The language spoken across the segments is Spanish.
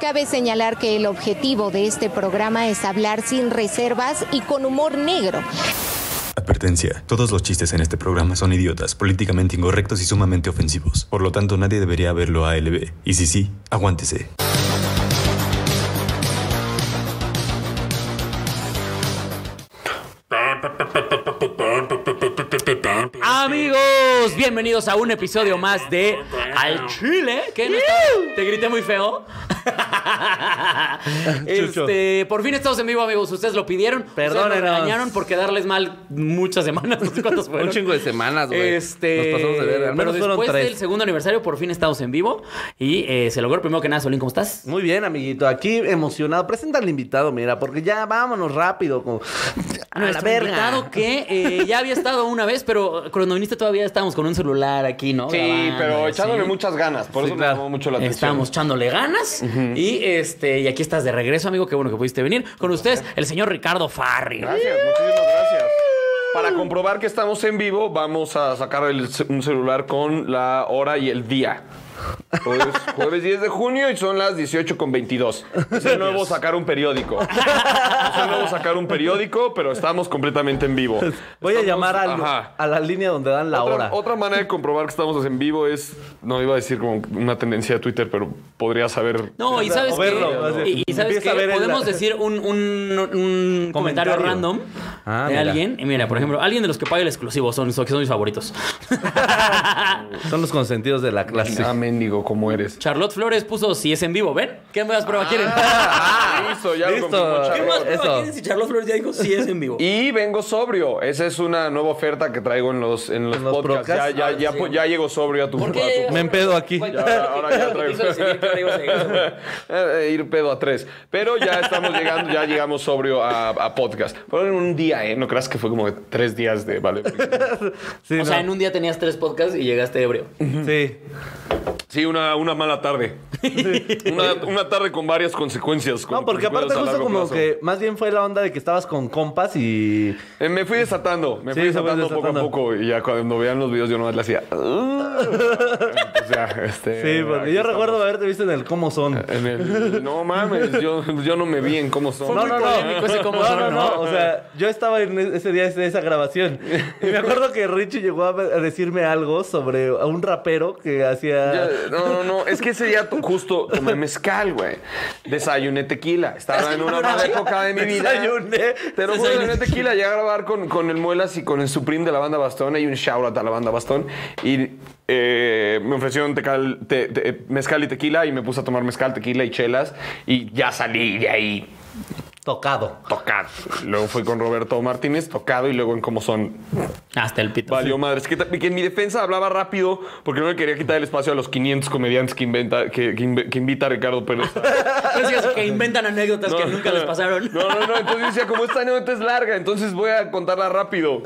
Cabe señalar que el objetivo de este programa es hablar sin reservas y con humor negro. Advertencia. Todos los chistes en este programa son idiotas, políticamente incorrectos y sumamente ofensivos. Por lo tanto, nadie debería verlo a LB. Y si sí, aguántese. Ah, Amigos, bienvenidos a un episodio más de Al Chile. ¿Qué? ¿No está? ¿Te grité muy feo? este, por fin estamos en vivo, amigos. Ustedes lo pidieron. Perdón, Perdónenos. Nos regañaron por quedarles mal muchas semanas. No sé cuántas fueron. Un chingo de semanas, güey. Este, Nos pasamos de ver. pero Al menos fueron después tres. del segundo aniversario, por fin estamos en vivo. Y eh, se logró primero que nada, Solín, ¿cómo estás? Muy bien, amiguito. Aquí emocionado. Presenta al invitado, mira, porque ya vámonos rápido. Como... A la Nuestro verga. invitado que eh, ya había estado una vez, pero cuando viniste todavía estábamos con un celular aquí, ¿no? Sí, Grabando y pero así. echándole muchas ganas. Por Sí, eso claro. me llamó mucho la atención. Estamos echándole ganas. Y este, y aquí estás de regreso, amigo. Qué bueno que pudiste venir. Con ustedes, el señor Ricardo Farri. Gracias, muchísimas gracias. Para comprobar que estamos en vivo, vamos a sacar el ce- un celular con la hora y el día. Hoy es jueves 10 de junio y son las 18 con 22. Es de nuevo sacar un periódico. Es de nuevo sacar un periódico, pero estamos completamente en vivo. Voy a Estamos- llamar al- Ajá. a la línea donde dan la otra, hora. otra manera de comprobar que estamos en vivo es, no iba a decir como una tendencia de Twitter, pero podría saber. No, y sabes O verlo, qué? más bien. y, y sabes Empieza a qué? ver el- podemos decir un, un- un comentario, Comentario. random Ah, de mira. alguien. Y mira, por ejemplo, alguien de los que paga el exclusivo son, son, son mis favoritos. Son los consentidos de la clase. Ah, mendigo, ¿cómo eres? Charlotte Flores puso si es en vivo, ¿ven? ¿Qué más prueba quieren? Ah, listo, ya Listo. lo confirmó ¿Qué Charlotte. más prueba Eso. quieren si Charlotte Flores ya dijo si es en vivo? Y vengo sobrio. Esa es una nueva oferta que traigo en los, en los, ¿En los podcasts. podcasts? Ya, ya, ya, Ah, sí. po- ya llego sobrio a tu. ¿Por a qué? tu- Me empedo aquí. Güey, Ya, ahora ya ¿qué te hizo decidir que ahora ibas a llegar a ese- traigo. Eh, Ir pedo a tres. Pero ya estamos llegando, ya llegamos sobrio a, a podcast. Fueron en un día, ¿eh? No creas que fue como tres días de vale. Sí, O no. sea, en un día tenías tres podcasts y llegaste ebrio. sí. Sí, una, una mala tarde. Una, una tarde con varias consecuencias. con No, porque aparte consecuencias a justo largo como plazo. que más bien fue la onda de que estabas con compas y... Eh, me fui desatando, me Sí, fui se fue desatando, poco a desatando. poco y ya cuando vean los videos yo nomás le hacía. Entonces, ya, este, Sí, pues, porque aquí yo estamos. Eh, recuerdo haberte visto en el cómo son. En el- no mames, yo, yo no me vi en cómo son. No, no, no. polémico ese cómo no, son, ¿no? no, no. O sea, yo estaba en e-, ese día de esa grabación. Y me acuerdo que Richie llegó a a decirme algo sobre a un rapero que Ya, hacía. no, no, no, es que ese día to- justo tomé mezcal, güey. Desayuné tequila. Estaba en una mala época de mi vida. Desayuné. Te lo juro, desayuné tequila. Llegué a grabar con, con el Muelas y con el Supreme de la banda Bastón. Hay un shout out a la banda Bastón. Y eh, me ofrecieron tecal- te- te- mezcal y tequila y me puse a tomar mezcal, tequila y chelas. Y ya salí de ahí Tocado. tocado. Luego fui con Roberto Martínez, tocado. Y luego en Como Son Hasta el pito. Valió madre. Es que, ta- que en mi defensa hablaba rápido porque no le quería quitar el espacio a los 500 comediantes que, inventa, que, que inve- que invita a Ricardo Pérez. Pero es que- que inventan anécdotas que nunca les pasaron. No, no, no. Entonces yo decía, como esta anécdota es larga, entonces voy a contarla rápido.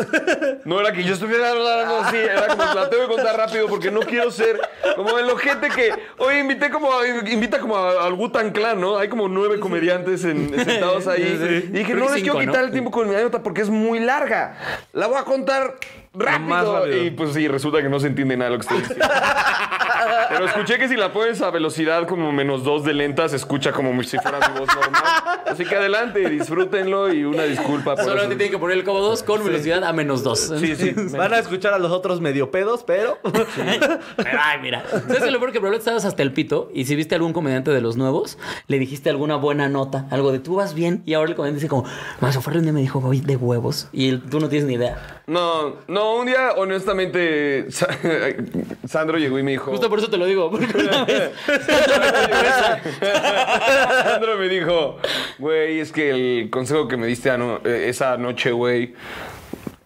No era que yo estuviera hablando así, era como la tengo que contar rápido porque no quiero ser como el ojete que hoy invité como a- invita como a- al Gutan Clan, ¿no? Hay como nueve comediantes en- sentados ahí. Y dije, Creo que no les quiero cinco, ¿no? quitar el tiempo con mi anécdota porque es muy larga. La voy a contar más rápido. rápido. Y pues sí, resulta que no se entiende nada de lo que estoy diciendo. Pero escuché que si la pones a velocidad como menos dos de lenta, se escucha como si fuera mi voz normal. Así que adelante, disfrútenlo y una disculpa por Solamente eso. tienen que poner el codo 2 con velocidad a menos 2. Sí, sí. Van a escuchar a los otros medio pedos, pero. Ay, mira. ¿Sabes qué? lo peor que probablemente estabas hasta el pito? Y si viste algún comediante de los nuevos, le dijiste alguna buena nota, algo de tú vas bien. Y ahora el comediante dice como, Mazo Ferrer un día me dijo, voy de huevos. Y él- tú no tienes ni idea. No, no, un día, honestamente, Sa- Sandro llegó y me dijo. Justo por eso te lo digo. Porque una vez- Sandro me dijo, güey, es que el consejo que me diste ano- eh, esa noche, güey,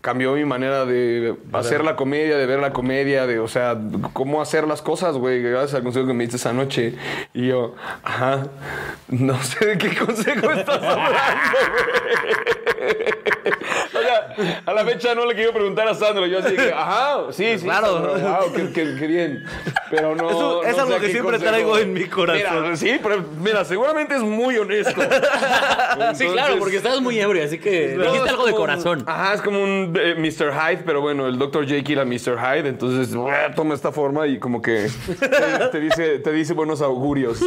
cambió mi manera de hacer la comedia, de ver la comedia, de, o sea, cómo hacer las cosas, güey, gracias al consejo que me diste esa noche. Y yo, ajá, no sé de qué consejo estás hablando, güey. O sea, a la fecha no le quiero preguntar a Sandro. Yo así que, ajá, sí, sí. Claro. Sandro, wow, qué, qué- qué bien. Pero no. Es un- no es sé algo a que qué siempre traigo en mi corazón. Mira, sí, pero mira, seguramente es muy honesto. sí, claro, porque estabas muy ebrio, así que dijiste algo de corazón. Ajá, es como un un eh, Mr. Hyde, pero bueno, el Dr. Jekyll a Mr. Hyde, entonces ¡buah! toma esta forma y como que te, te dice, te dice buenos augurios.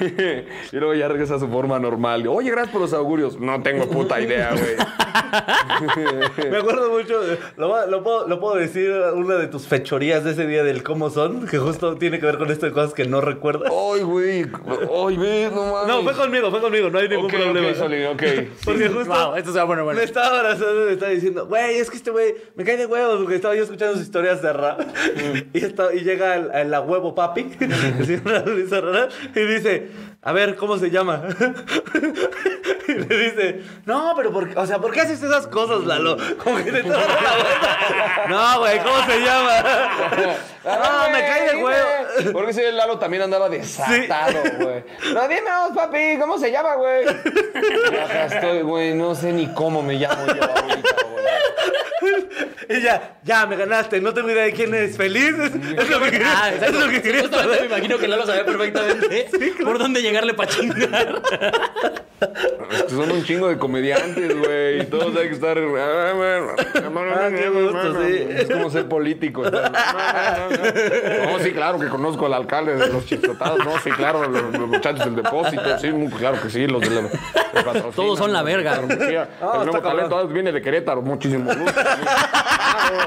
y luego ya regresa a su forma normal. Oye, gracias por los augurios. No tengo puta idea, güey. Me acuerdo mucho, eh, lo, va- lo puedo, lo puedo decir, una de tus fechorías de ese día del cómo son, que justo tiene que ver con esto de cosas que no recuerdas. Ay, güey. Oh, Ay, güey, no mames. No, fue conmigo, fue conmigo, no hay ningún Ok, problema. ok, Solín, ok. Porque justo Wow, esto se va a poner bueno. me estaba abrazando y me estaba diciendo, güey, es que este güey me cae de huevos porque estaba yo escuchando sus historias de rap. Mm. Y, está- y llega el, el la huevo papi, el señor Luis Herrera, y dice, a ver, ¿cómo se llama? Y le dice, no, pero ¿por, qué- o sea, ¿por qué haces esas cosas, Lalo? Como que te tomas la vuelta. No, güey, ¿cómo se llama? Ah, No, me güey, cae de dime. huevo. Porque ese Lalo también andaba desatado, güey. No, dime, vamos, papi, ¿cómo se llama, güey? Ya Acá estoy, güey, no sé ni cómo me llamo yo ahorita, güey. Y ya, ya, me ganaste, no tengo idea de quién es feliz. Es, es lo que quería, Ah, es exacto. lo que quería Justamente saber. me imagino que Lalo sabía perfectamente por dónde llegarle para chingar. Es que Son un chingo de comediantes, güey. y Todos hay que estar. Ah, qué gusto, sí. Es como ser político. estar- No, sí, claro que conozco al alcalde de los chistotados. No, sí, claro, los, los muchachos del depósito. Sí, muy claro que sí, los de la. los patrocinan, Todos son la ¿no? verga. Claro que sí, el nuevo talento ah, viene de Querétaro, muchísimo gusto. Claro,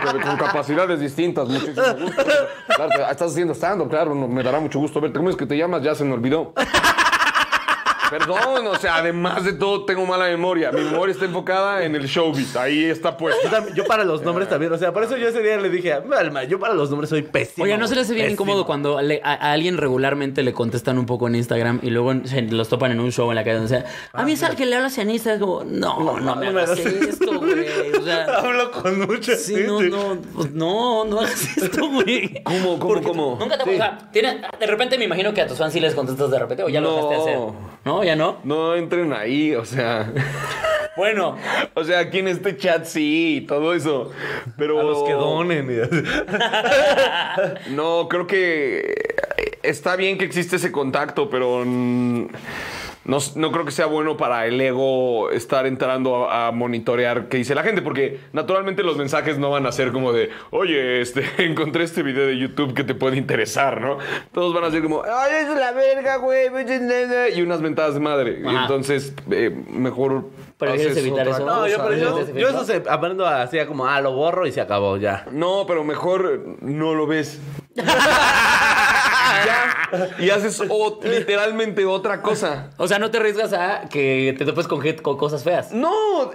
claro, que- con capacidades distintas, muchísimo gusto. Claro, que estás haciendo stand claro, no, me dará mucho gusto verte. ¿Cómo es que te llamas? Ya se me olvidó. Perdón, o sea, además de todo, tengo mala memoria. Mi memoria está enfocada en el showbiz. Ahí está pues. Yo, puesta. tam- yo para los nombres también, o sea, por eso yo ese día le dije, Alma, yo para los nombres soy pésimo. Oye, ¿no se le hace bien pésimo". incómodo cuando le- a, a alguien regularmente le contestan un poco en Instagram y luego se los topan en un show en la calle donde sea? A mí es al que le hablas en Instagram, es como, Ah, no, no me hagas esto, güey. O sea, Hablo con mucha sí, no, gente. no, pues, no, no hagas esto, güey. ¿Cómo, cómo, Porque cómo? Nunca te o sea, tiene- de repente me imagino que a tus fans sí les contestas de repente o ya lo No. dejaste hacer. No, ya no. No entren ahí, o sea. Bueno, O sea, aquí en este chat sí y todo eso. Pero. A los que donen. y- No, creo que eh, está bien que existe ese contacto, pero mm, no, s- no creo que sea bueno para el ego estar entrando a, a monitorear qué dice la gente, porque naturalmente los mensajes no van a ser como de, oye, este, encontré este video de YouTube que te puede interesar, ¿no? Todos van a ser como, ay, es la verga, güey, y unas ventadas de madre. Y Ajá. entonces, eh, mejor... Prefieres haces evitar otra eso. No, yo, cosa, pero ¿no? yo, yo eso se aprendo así como, ah, lo borro y se acabó ya. No, pero mejor no lo ves. ya. Y haces ot- literalmente otra cosa. o sea, no te arriesgas a que te topes con, gente- con cosas feas. Pues, No,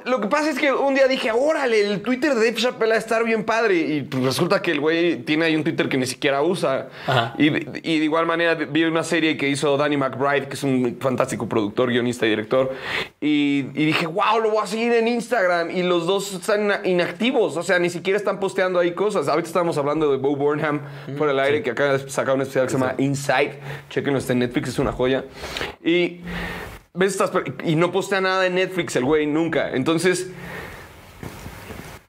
lo que pasa es que un día dije, órale, el Twitter de Dave Chappelle va a estar bien padre. Y pues, resulta que el güey tiene ahí un Twitter que ni siquiera usa. Ajá. Y, y de igual manera vi una serie que hizo Danny McBride, que es un fantástico productor, guionista y director. Y, y dije, wow, lo voy a seguir en Instagram. Y los dos están ina- inactivos. O sea, ni siquiera están posteando ahí cosas. Ahorita estábamos hablando de Bo Burnham por el aire, que acaba de sacar un especial que se llama Inside. Chequenlo, está en Netflix, es una joya. Y ves estas per- y no postea nada en Netflix el güey nunca. Entonces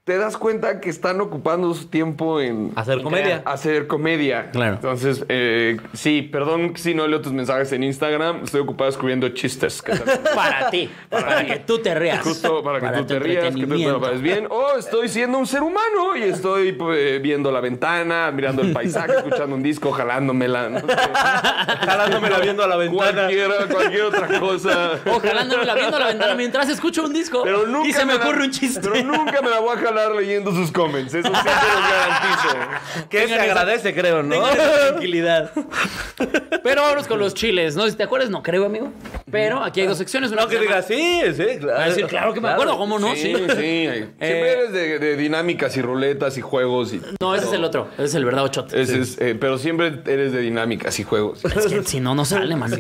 te das cuenta que están ocupando su tiempo en Hacer comedia. hacer comedia. Claro. Entonces, eh, sí, perdón si no leo tus mensajes en Instagram. Estoy ocupado escribiendo chistes. que tal? Para ti, para que tú te rías. Justo para que tú tu te rías, que tú te la entretenimiento. pases bien. O estoy siendo un ser humano y estoy pues, viendo la ventana, mirando el paisaje, escuchando un disco, jalándomela. No sé. Jalándomela viendo a la ventana. Cualquiera, cualquier otra cosa. O jalándomela viendo la ventana mientras escucho un disco Pero nunca y se me, la- ocurre un chiste. Pero nunca me la voy a jalar leyendo sus comments. Eso sí te lo garantizo. Que se Tengan esa- agradece, creo, ¿no? Tengan esa tranquilidad. Pero vámonos con los chiles, ¿no? Si te acuerdas, no creo, amigo. Pero aquí hay dos secciones. Una No, que se llama- digas, sí, sí, claro. Va a decir, claro que me acuerdo, ¿cómo no? Sí. Eh, Sí, sí. Siempre eres de, de dinámicas y ruletas y juegos. Y, No, ese es el otro. Ese es el verdad ochot. Ese es, eh, pero siempre eres de dinámicas y juegos. Es que si no, no sale, man.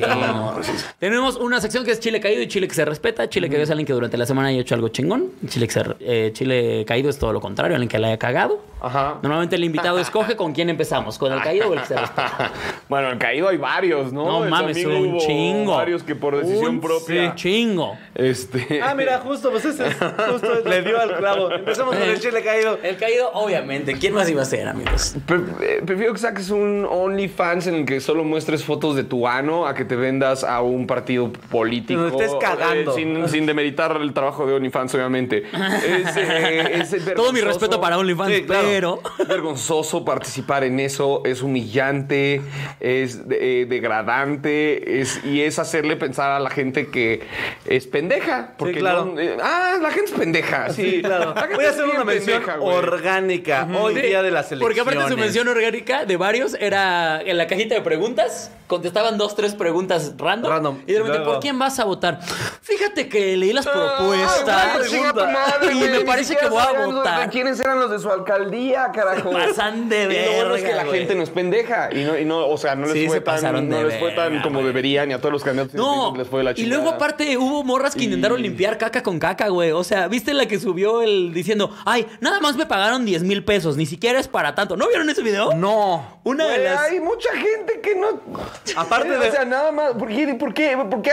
pues Tenemos una sección que es Chile caído y Chile que se respeta. Chile caído es alguien que durante la semana haya hecho algo chingón. Chile, que se- eh, Chile caído es todo lo contrario, alguien que la haya cagado. Ajá. Normalmente el invitado escoge con quién empezamos, con el caído o el que se respeta. bueno, el caído hay varios, ¿no? No El mames, domingo un hubo chingo. Varios que por por decisión Un propia. Chingo. Este. Ah, mira, justo, pues ese es justo, le dio al clavo. Empezamos con el chile caído. El caído, obviamente. ¿Quién más iba a ser, amigos? Pre- eh, Prefiero que saques un OnlyFans en el que solo muestres fotos de tu ano a que te vendas a un partido político. Donde estés cagando. Eh, sin, sin demeritar el trabajo de OnlyFans, obviamente. Es, eh, es Todo mi vergonzoso. respeto para OnlyFans, pero- Es vergonzoso participar en eso. Es humillante, es eh, degradante es, y es hacerle pensar a la gente que es pendeja. Porque claro. no- eh, ah, la gente es pendeja. Sí, Sí, claro. La gente Voy a es hacer bien una mención pendeja, güey. orgánica. Hoy día de las elecciones. Porque aparte su mención orgánica de varios era en la cajita de preguntas, contestaban dos, tres preguntas random. Random. Y de repente, Luego. ¿por quién vas a votar? Fíjate que leí las Ah, Ay, propuestas. güey, chinga tu madre, y güey, me ni parece que siquiera voy a sabían los- votar. de ¿Quiénes eran los de su alcaldía, carajo? Pasan de Y lo bueno es que verga, la güey. gente no es pendeja. Y no, y no o sea, no les Sí, fue se pasaron tan, no de les fue tan verga, como güey. deberían. Y a todos los candidatos No, les fue de la y chingada. luego aparte hubo morras que Y- intentaron limpiar caca con caca, güey. O sea, ¿viste la que subió el diciendo, ay, nada más me pagaron 10 mil pesos, ni siquiera es para tanto? ¿No vieron ese video? No. Una Güey, de las... Hay mucha gente que no. Eh, Aparte O de- sea, nada más. ¿Por qué? ¿Por qué? ¿Por qué?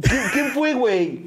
¿Quién- ¿Quién fue, güey?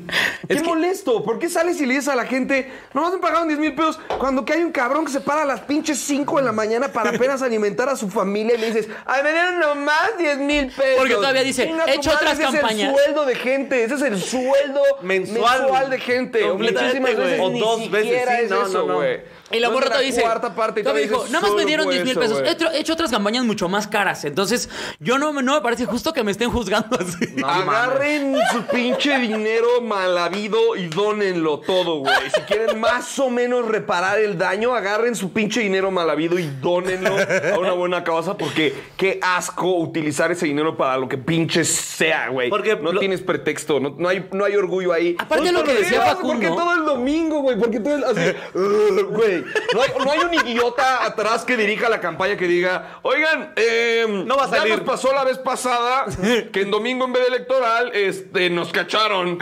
Qué Es que- molesto. ¿Por qué sales y le dices a la gente, nomás me pagaron 10 mil pesos cuando que hay un cabrón que se para a las pinches 5 de la mañana para apenas alimentar a su familia y le dices, ay, me dieron nomás 10 mil pesos? Porque todavía dice, Chinga "He tu hecho madre, otras ese campañas". Es el sueldo de gente, ese es el sueldo Mensual. mensual, de gente. Completamente, Muchísimas güey. veces O ni dos veces, siquiera sí, es no, eso, no, no. güey. Y la No es morra la todavía dice. cuarta parte y todavía todavía dijo, dices, nada más me solo dieron fue 10 mil eso, pesos. Este güey". He hecho, he hecho otras campañas mucho más caras. Entonces, yo no, me- no me parece justo que me estén juzgando así. Agarren su pinche dinero mal habido y dónenlo todo, güey. Si quieren más o menos reparar el daño, agarren su pinche dinero mal habido y dónenlo a una buena causa porque qué asco utilizar ese dinero para lo que pinche sea, güey. Porque no lo- tienes pretexto, no, no hay, no hay orgullo ahí. Pues, Aparte de lo que porque- decía Facundo- Porque todo el domingo, güey, porque todo el... Así, "Ugh", güey. No hay, no hay un idiota atrás que dirija la campaña que diga, oigan, eh, No va a ya salir. nos pasó la vez pasada que en domingo en vez de electoral este, nos cacharon.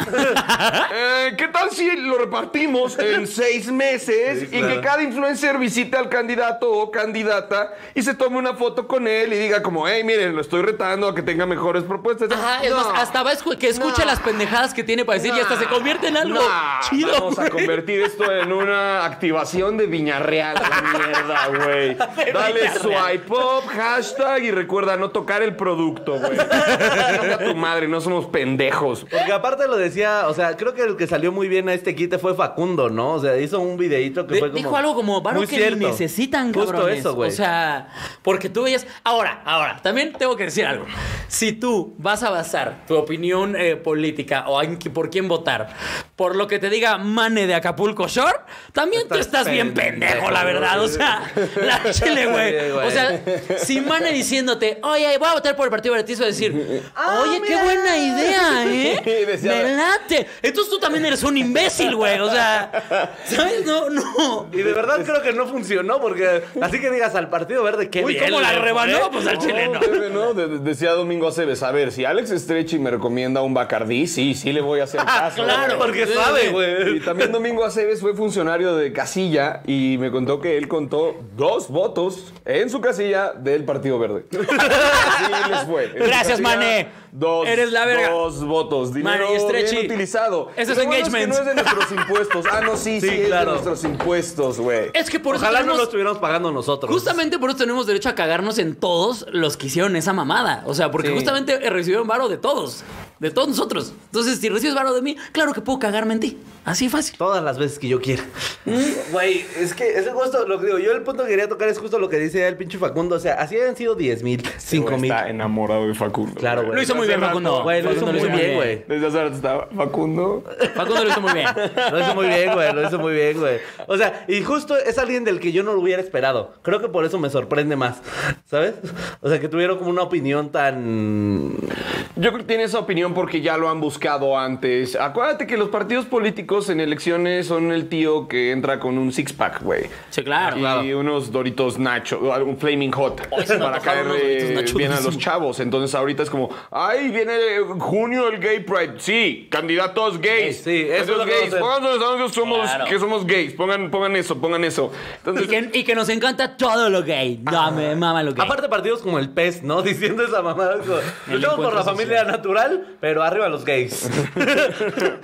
Eh, ¿Qué tal si lo repartimos en seis meses Sí, y claro. que cada influencer visite al candidato o candidata y se tome una foto con él y diga como, hey, miren, lo estoy retando a que tenga mejores propuestas? Ajá, es No. más, hasta va escu- que escuche No. las pendejadas que tiene para decir y hasta se convierte en algo Nah, chido. Vamos a güey. convertir esto en una activación de Viñarreal. La mierda, güey. Dale swipe up, hashtag y recuerda no tocar el producto, güey. Chinga tu madre, no somos pendejos. Porque aparte lo decía, o sea, creo que el que salió muy bien a este quite fue Facundo, ¿no? O sea, hizo un videito que De- fue como... dijo algo como, varo Muy que cierto. ni necesitan, Justo cabrones. eso, güey. O sea, porque tú veías... Ahora, ahora, también tengo que decir algo. Si tú vas a basar tu opinión eh, política o en qui- por quién votar, por lo que te diga Mane de Acapulco Shore, también tú Estás estás bien pendejo, pendejo, la verdad. O güey. sea, la chile, Sí, güey. güey. O sea, si Mane diciéndote, oye, voy a votar por el Partido Verde", te hizo decir, oye, qué buena idea, ¿eh? decía- Me late. Entonces tú también eres un imbécil, güey. O sea, ¿sabes? No, no. Y de verdad pues creo que no funcionó porque así que digas al Partido Verde que Uy, ¿cómo la rebanó? Pues al chileno. bebé, no. De- de- decía Domingo Aceves, a ver, si Alex Estrechi me recomienda un Bacardí, sí, sí le voy a hacer Ah, caso. Claro, güey. porque Sí, sabe, sí. güey. Y también Domingo Aceves fue funcionario de casilla y me contó que él contó dos votos en su casilla del Partido Verde. Así les fue. En su Gracias, casilla, Mané. Dos. Eres la verga. Dos votos. Dinero Mané, Estrechi. bien utilizado. Ese es Lo bueno que engagement. no es de nuestros impuestos. Ah, no, sí, Sí, sí, claro. es de nuestros impuestos, güey. Es que por eso Ojalá no lo tenemos... estuviéramos pagando nosotros. Justamente por eso tenemos derecho a cagarnos en todos los que hicieron esa mamada. O sea, porque Sí. justamente recibieron varo de todos. De todos nosotros. Entonces, si recibes varo de mí, claro que puedo cagarme en ti. Así fácil. Todas las veces que yo quiera. Güey, es que es justo lo que digo. Yo el punto que quería tocar es justo lo que dice el pinche Facundo. O sea, así han sido 10 mil, 5 mil. Está enamorado de Facundo. Claro, güey. Lo hizo muy bien, Facundo. Güey, lo hizo Facundo muy bien, güey. Desde hace rato estaba Facundo. Facundo lo hizo muy bien. Lo hizo muy bien, güey. Lo hizo muy bien, güey. O sea, y justo es alguien del que yo no lo hubiera esperado. Creo que por eso me sorprende más. ¿Sabes? O sea, que tuvieron como una opinión tan. Yo creo que tiene esa opinión porque ya lo han buscado antes. Acuérdate que los partidos políticos en elecciones son el tío que entra con un six-pack, güey. Sí, claro. Y unos doritos nacho, o algún flaming hot Oh, se me para caer antojaron unos Doritos eh, Nacho bien a los durísimo. chavos. Entonces ahorita es como, ay, viene junio el gay pride. Sí, candidatos gays. Sí, sí, eso es lo Candidatos que vamos a gays. hacer. Pongan los anuncios somos, Claro. que somos gays. Pongan, pongan eso, pongan eso. Y Entonces, que, y que nos encanta todo lo gay. Dame, mama lo gay. Aparte, partidos como el PES, ¿no? Diciendo esa mamada. como, Luchamos por la encuentro familia sea natural, pero arriba los gays.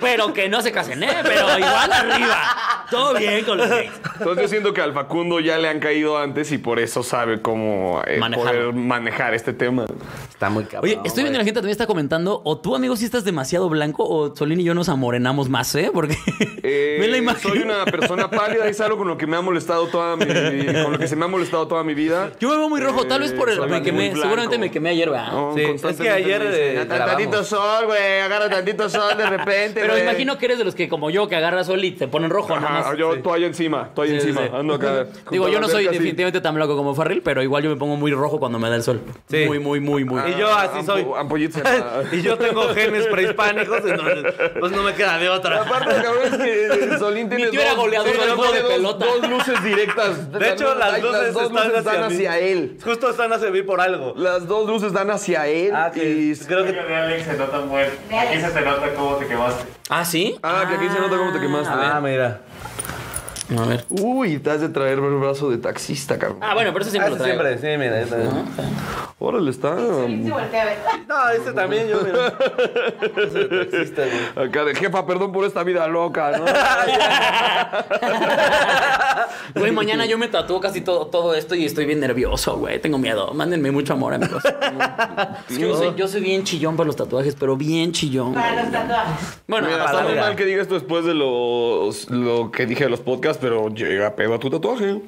Pero que no se casen, ¿eh? Pero igual arriba. Todo bien con los gays. Entonces yo siento que al Facundo ya le han caído antes y por eso sabe cómo eh, Manejar. poder manejar este tema. Está muy cabrón. Oye, estoy viendo que la gente también está comentando, o tú, amigo, si estás demasiado blanco, o Solín y yo nos amorenamos más, ¿eh? Porque Eh, ven la imagen. Soy una persona pálida, es algo con lo que me ha molestado toda mi con lo que se me ha molestado toda mi vida. Yo me veo muy rojo, tal vez por el... soy Me Eh, muy quemé, blanco. seguramente me quemé ayer, ¿verdad? No, Sí, es constantemente que ayer, me dicen, eh, "Agarra grabamos". tantito sol, güey, agarra tantito sol de repente. Pero güey". imagino que eres de los que, como yo, que agarras sol y te ponen rojo, Ajá, nada más. yo toalla encima, toalla Sí, sí, encima. sí. Ando acá. Digo, yo no soy Casi. definitivamente tan blanco como Farril, pero igual yo me pongo muy rojo cuando me da el sol. Sí. Muy, muy, muy, muy. Y yo así ampu- soy. ampollita separada. y yo tengo genes prehispánicos, entonces pues no me queda de otra. Aparte, cabrón, es que el Solín tiene tío era dos- goleador tiene del juego de dos- pelota. Dos luces directas. De hecho, las Ay, luces, dos están, luces hacia, mí. él. Justo están hacia mí por algo. Las dos luces dan hacia él. Ah, que y- creo que... de Alex se nota muerto. Aquí se te nota cómo te quemaste. ¿Ah, sí? Ah, que aquí se nota cómo te quemaste. Ah, mira. A ver. Uy, te has de traer el brazo de taxista, cabrón. Ah, bueno, pero eso Ah, siempre ese lo traigo. siempre, sí, mira. ese. Órale, está. No, este también yo, mira. Ese de taxista, güey. Acá de jefa, perdón por esta vida loca, ¿no? Güey, mañana yo me tatúo casi todo, todo esto y estoy bien nervioso, güey. Tengo miedo. Mándenme mucho amor, amigos. Es que yo, soy, yo soy bien chillón para los tatuajes, pero bien chillón. güey. Bueno, Mira, hasta- está muy mira. mal que diga esto después de los, lo que dije de los podcasts, pero llega pedo a tu tatuaje.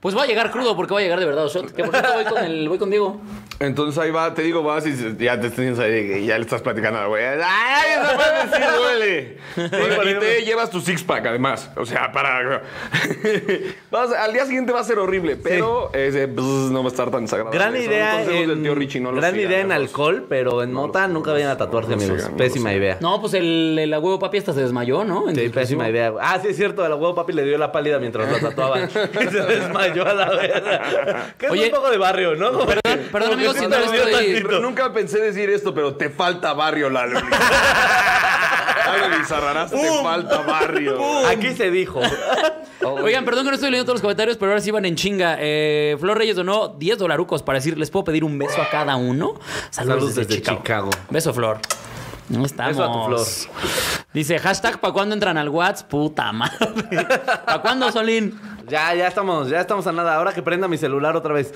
pues voy a llegar crudo porque voy a llegar de verdad, shot. Que por cierto voy con, el, voy con Diego. Entonces ahí va, te digo, vas y ya te estás ahí, ya le estás platicando al güey. ¡Ay, esa madre sí duele! Y- y te llevas tu six-pack, además. O sea, para... Vas- al día siguiente va a ser horrible, pero ese, pues, no va a estar tan desagradable. Gran Son idea consejos en, del tío Richie, no los gran sigan, idea en amigos. alcohol, pero en mota nunca vayan a tatuarse, no lo amigos. sigan, no lo pésima sigan. idea. No, pues el, el huevo papi hasta se desmayó, ¿no? En Sí, discusión. pésima idea. güey. Ah, sí, es cierto, el huevo papi le dio la pálida mientras lo tatuaba. y se desmayó a la verga. Que es Oye, un poco de barrio, ¿no? Perdón, perdón, amigos, si no estoy- Pero Nunca pensé decir esto, pero te falta barrio, Lalo. Lalo Bizarrarás, te falta barrio. Aquí se dijo. Oigan, perdón que no estoy leyendo todos los comentarios, pero ahora sí van en chinga. Eh, Flor Reyes donó 10 dolarucos para decir, ¿les puedo pedir un beso a cada uno? Saludos, Saludos desde, desde Chicago. Chicago. Beso, Flor. No estamos. Beso a tu Flor. Dice, hashtag, ¿para cuándo entran al Whats? Puta madre. ¿Para cuándo, Solín? Ya, ya estamos, ya estamos a nada. Ahora que prenda mi celular otra vez.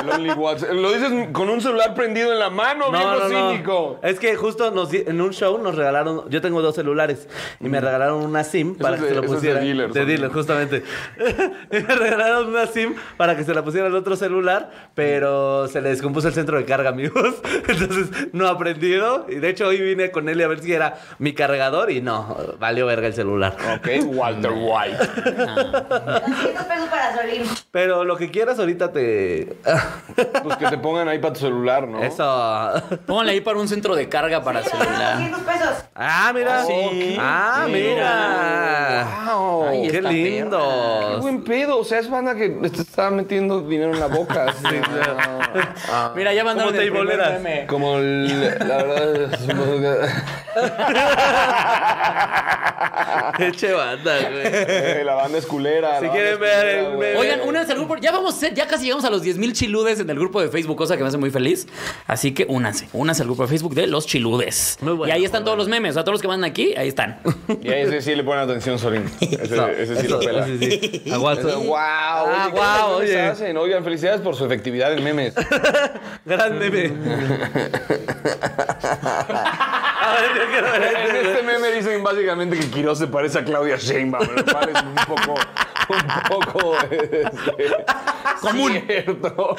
El Only Whats- Lo dices con un celular prendido en la mano, viejo cínico. Es que justo nos di- en un show nos regalaron, yo tengo dos celulares y me regalaron una SIM para es que de- se lo eso es de pusiera. dealer, son- justamente. y me regalaron una SIM para que se la pusiera al otro celular, pero se le descompuso el centro de carga, amigos. Entonces no ha prendido. Y de hecho hoy vine con él y a ver si era mi cargador y no, valió verga el celular. Ok, Walter White. pesos para Solín. Pero lo que quieras ahorita te... Pues que te pongan ahí para tu celular, ¿no? Eso. Ah, Pónganle ahí para un centro de carga para celular. 200 pesos. Ah, mira. Sí. Ah, mira. Wow. Ay, Qué esta lindo. Qué buen pedo. O sea, es banda que te está metiendo dinero en la boca. así. Ah. Mira, ya mandaron Como el primer teiboleras. meme. Como el- la verdad es- Qué che banda, güey. Eh, la banda es culera. la Si banda quieren es ver culera, el güey. meme. Oigan, únanse al grupo. Ya vamos a ser- ya casi llegamos a los 10.000 chiludes en el grupo de Facebook, cosa que me hace muy feliz. Así que únanse, únanse al grupo de Facebook de los chiludes. Muy bueno, y ahí están todos los memes, o sea, todos los que mandan aquí, ahí están. Y a ese sí le ponen atención, Solín. Ese, No, ese sí eso- lo pela. ese sí. Aguanta. Wow, Ah, oye, ¿qué guau, memes oye. hacen? Oigan, felicidades por su efectividad en memes. Gran meme. A ver, yo quiero ver En este, este güey. meme dicen básicamente que Quiroz se parece a Claudia Sheinbaum, lo cual es un poco, un poco este, Común. cierto.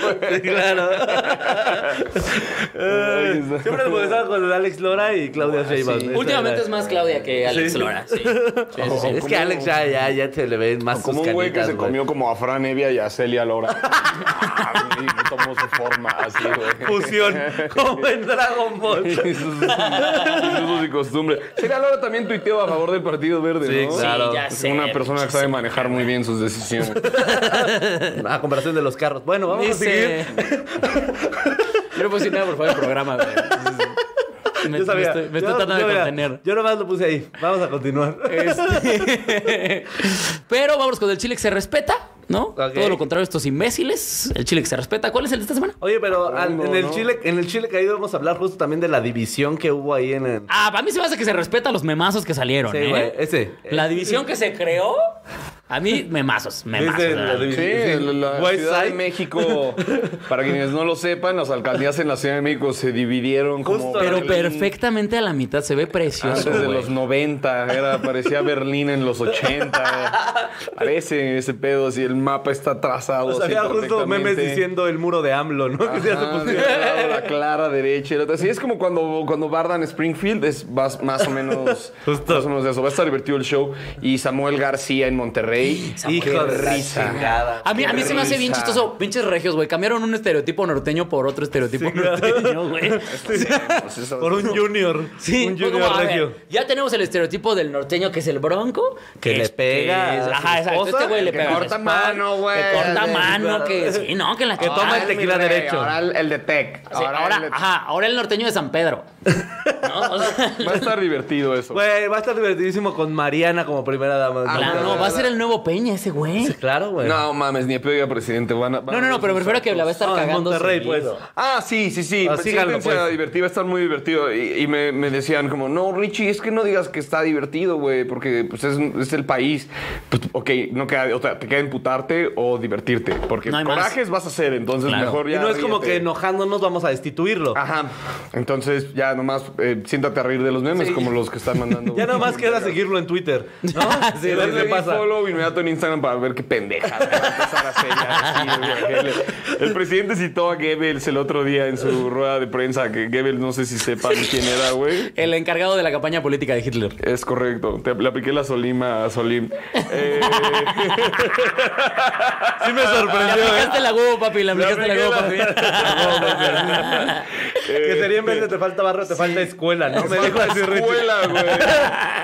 Claro. Ay, está. Eh, Siempre nos molestaba con el Alex Lora y Claudia Sheinbaum. Esa Ah, Últimamente era- es más Claudia que Alex Sí. Lora. Sí. Sí, sí, Es que Alex ya, ya, ya se le ven más sus Como un güey que canitas, se güey. comió como a Fran Evia y a Celia Lora. Y tomó su forma así, güey. Fusión, como en Dragon Ball. Y sus usos y costumbres. Celia Lora también tuiteó a favor del Partido Verde, Sí, ¿no? claro. ya Es sé. pues. una persona que sabe manejar muy bien sus decisiones. A comparación de los carros. Bueno, vamos a Dice. seguir. Quiero posicionar, por favor, el programa, güey. Me, Yo sabía. me estoy, me Yo- estoy tratando yo, de mira, contener. Eh, Yo nomás lo puse ahí. Vamos a continuar. Este, Pero vamos con el chile que se respeta. ¿no? Ok. Todo lo contrario, estos imbéciles. El chile que se respeta. ¿Cuál es el de esta semana? Oye, pero al- Uno, en, el ¿no? Chile, en el Chile caído vamos a hablar justo también de la división que hubo ahí en el... Ah, para mí se me hace que se respeta a los memazos que salieron, Sí, ¿eh? güey, ese. La división que se creó. A mí, memazos, memazos. Dice ¿verdad? la Sí, división. la West Ciudad de Side. México, para quienes no lo sepan, las alcaldías en la Ciudad de México se dividieron como Justo. Pero Berlín perfectamente a la mitad. Se ve Antes Ah, precioso. de güey. los 90, era, parecía Berlín en los 80. Parece ese pedo, así el mapa está trazado. O sea, así Pues había justo memes perfectamente. diciendo el muro de AMLO, ¿no? Que se hace Ajá, posible. de un lado la clara derecha. y la otra. Sí, es como cuando, cuando bardan Springfield, es más, más o menos Justo. más o menos eso. Va a estar divertido el show. Y Samuel García en Monterrey. Hijo de la risa. A mí, a mí se me hace bien Risa. chistoso. Pinches regios, güey. Cambiaron un estereotipo norteño por otro estereotipo norteño, güey. Pues eso- Por un junior. Sí, un fue junior como, a ver, regio. ya tenemos el estereotipo del norteño que es el bronco. Que le es- pega que es- a su ajá, exacto. esposa, Este güey le que pega. a su corta esposa, mano, güey. Que corta Sí, mano, claro. que sí, no, que la Que toma chingada. el tequila mi rey, derecho. Ahora el, el de Tec. Sí, ahora, el de- ajá, ahora el norteño de San Pedro. ¿No? O sea, Va a estar divertido eso. Güey, va a estar divertidísimo con Mariana como primera dama. Ah, claro, no, va a ser el nuevo Peña ese güey. Sí, Claro, güey. No mames, ni a pedo ya presidente. Van a- van No, no, a- no, pero me refiero a que la va a estar No, en cagando. Monterrey, seguido. pues. Ah, sí, sí, sí. Ah, Pues, síganlo, siéntense a pues. divertir, va a estar muy divertido. Y, y me, me decían como, no, Richie, es que no digas que está divertido, güey, porque pues, es, es el país. Pues, ok, no queda, o sea, te queda imputarte o divertirte, porque No hay más. corajes vas a hacer, entonces Claro. mejor Y ya no es como ríete. Ah, que enojándonos vamos a destituirlo. Ajá. Entonces ya nomás eh, siéntate a reír de los memes como los que están mandando. Ya nada más queda seguirlo en Twitter. ¿No? Sí, A ver denle qué pasa. follow inmediato en Instagram para ver qué pendeja. el presidente citó a Goebbels el otro día en su rueda de prensa, que Goebbels no sé si sepan quién era, güey. El encargado de la campaña política de Hitler. Es correcto, te, le apliqué la solima a Solim. Eh, Sí me Le sorprendió, ¿eh? aplicaste la huevo, papi. Le le aplicaste la apliqué huevo, la- papi. Que Eh, eh, sería en vez de te falta barrio, te falta escuela, ¿no? Me dijo así Richie. escuela, güey.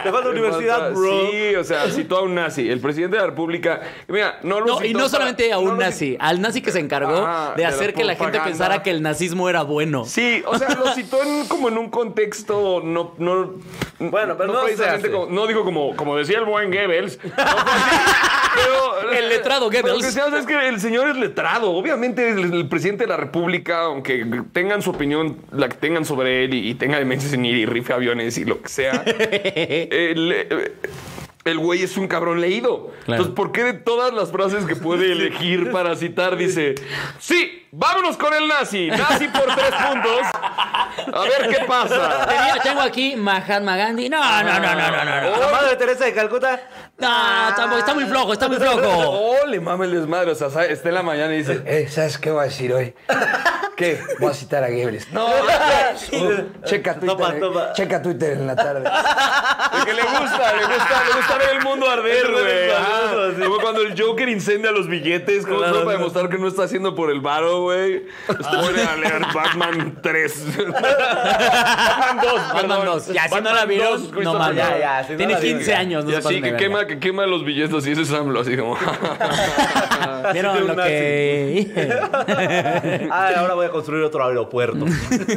Te falta universidad, Falta- bro. Sí, o sea, citó a un nazi. El presidente de la República. Mira, no lo No, citó y no para- solamente a un no lo citó- nazi, al nazi que se encargó Ajá, de de la hacer que la gente propaganda. pensara que el nazismo era bueno. Sí, o sea, lo citó en- como en un contexto no. no Bueno, pero no se precisamente hace. como- no digo como, como decía el buen Goebbels. no fue así, pero- El letrado Goebbels. pero Lo que se hace es que el señor es letrado. Obviamente, el, el presidente de la República, aunque tengan su opinión, la que tengan sobre él y, y tenga demencia senil y rife aviones y lo que sea. el, eh, el güey es un cabrón leído. Claro. Entonces, ¿por qué de todas las frases que puede elegir para citar dice, sí, vámonos con el nazi, nazi por tres puntos, a ver qué pasa? Tenía- tengo aquí Mahatma Gandhi. No, no, no, no, no, no. No, La madre Teresa de Calcuta. No, tampoco, está muy flojo, está muy flojo. Oh, le mame el desmadre, o sea, sa- está en la mañana y dice, Eh, ¿Sabes qué voy a decir hoy? ¿Qué? Voy a citar a Goebbels. No, uh, checa, Twitter, eh, eh. Toma, toma. checa Twitter en la tarde. Ah, "Es que le gusta, le gusta, le gusta ver el mundo arder, El mundo güey. está Ah, ardiendo, sí. Como cuando el Joker incendia los billetes, como Claro, solo para no. demostrar que no está haciendo por el varo, güey. Voy Ah. a leer Batman 3. Batman 2, Batman 2. Ya, si no la vieron, no mames. Ya, ya, si no Tiene la vieron, 15 ya. años, no Y se así pasen de que verga. quema, que quema los billetes y ese es AMLO, así como. de Vieron un lo nazi. que. Ah, ahora voy a construir otro aeropuerto.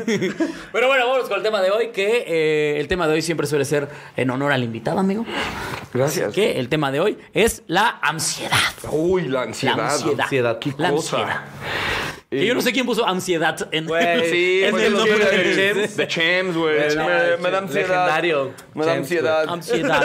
Pero bueno, vamos con el tema de hoy, que eh, el tema de hoy siempre suele ser en honor al invitado, amigo. Gracias. Que el tema de hoy es la ansiedad. Uy, la ansiedad. La ansiedad. ansiedad, Eh. qué la cosa. ansiedad. Que yo no sé quién puso ansiedad en Güey, Sí, Es pues, el yo nombre quiero del el- James. de James, güey. El Me, James, me da ansiedad. legendario Me da James, ansiedad. ansiedad.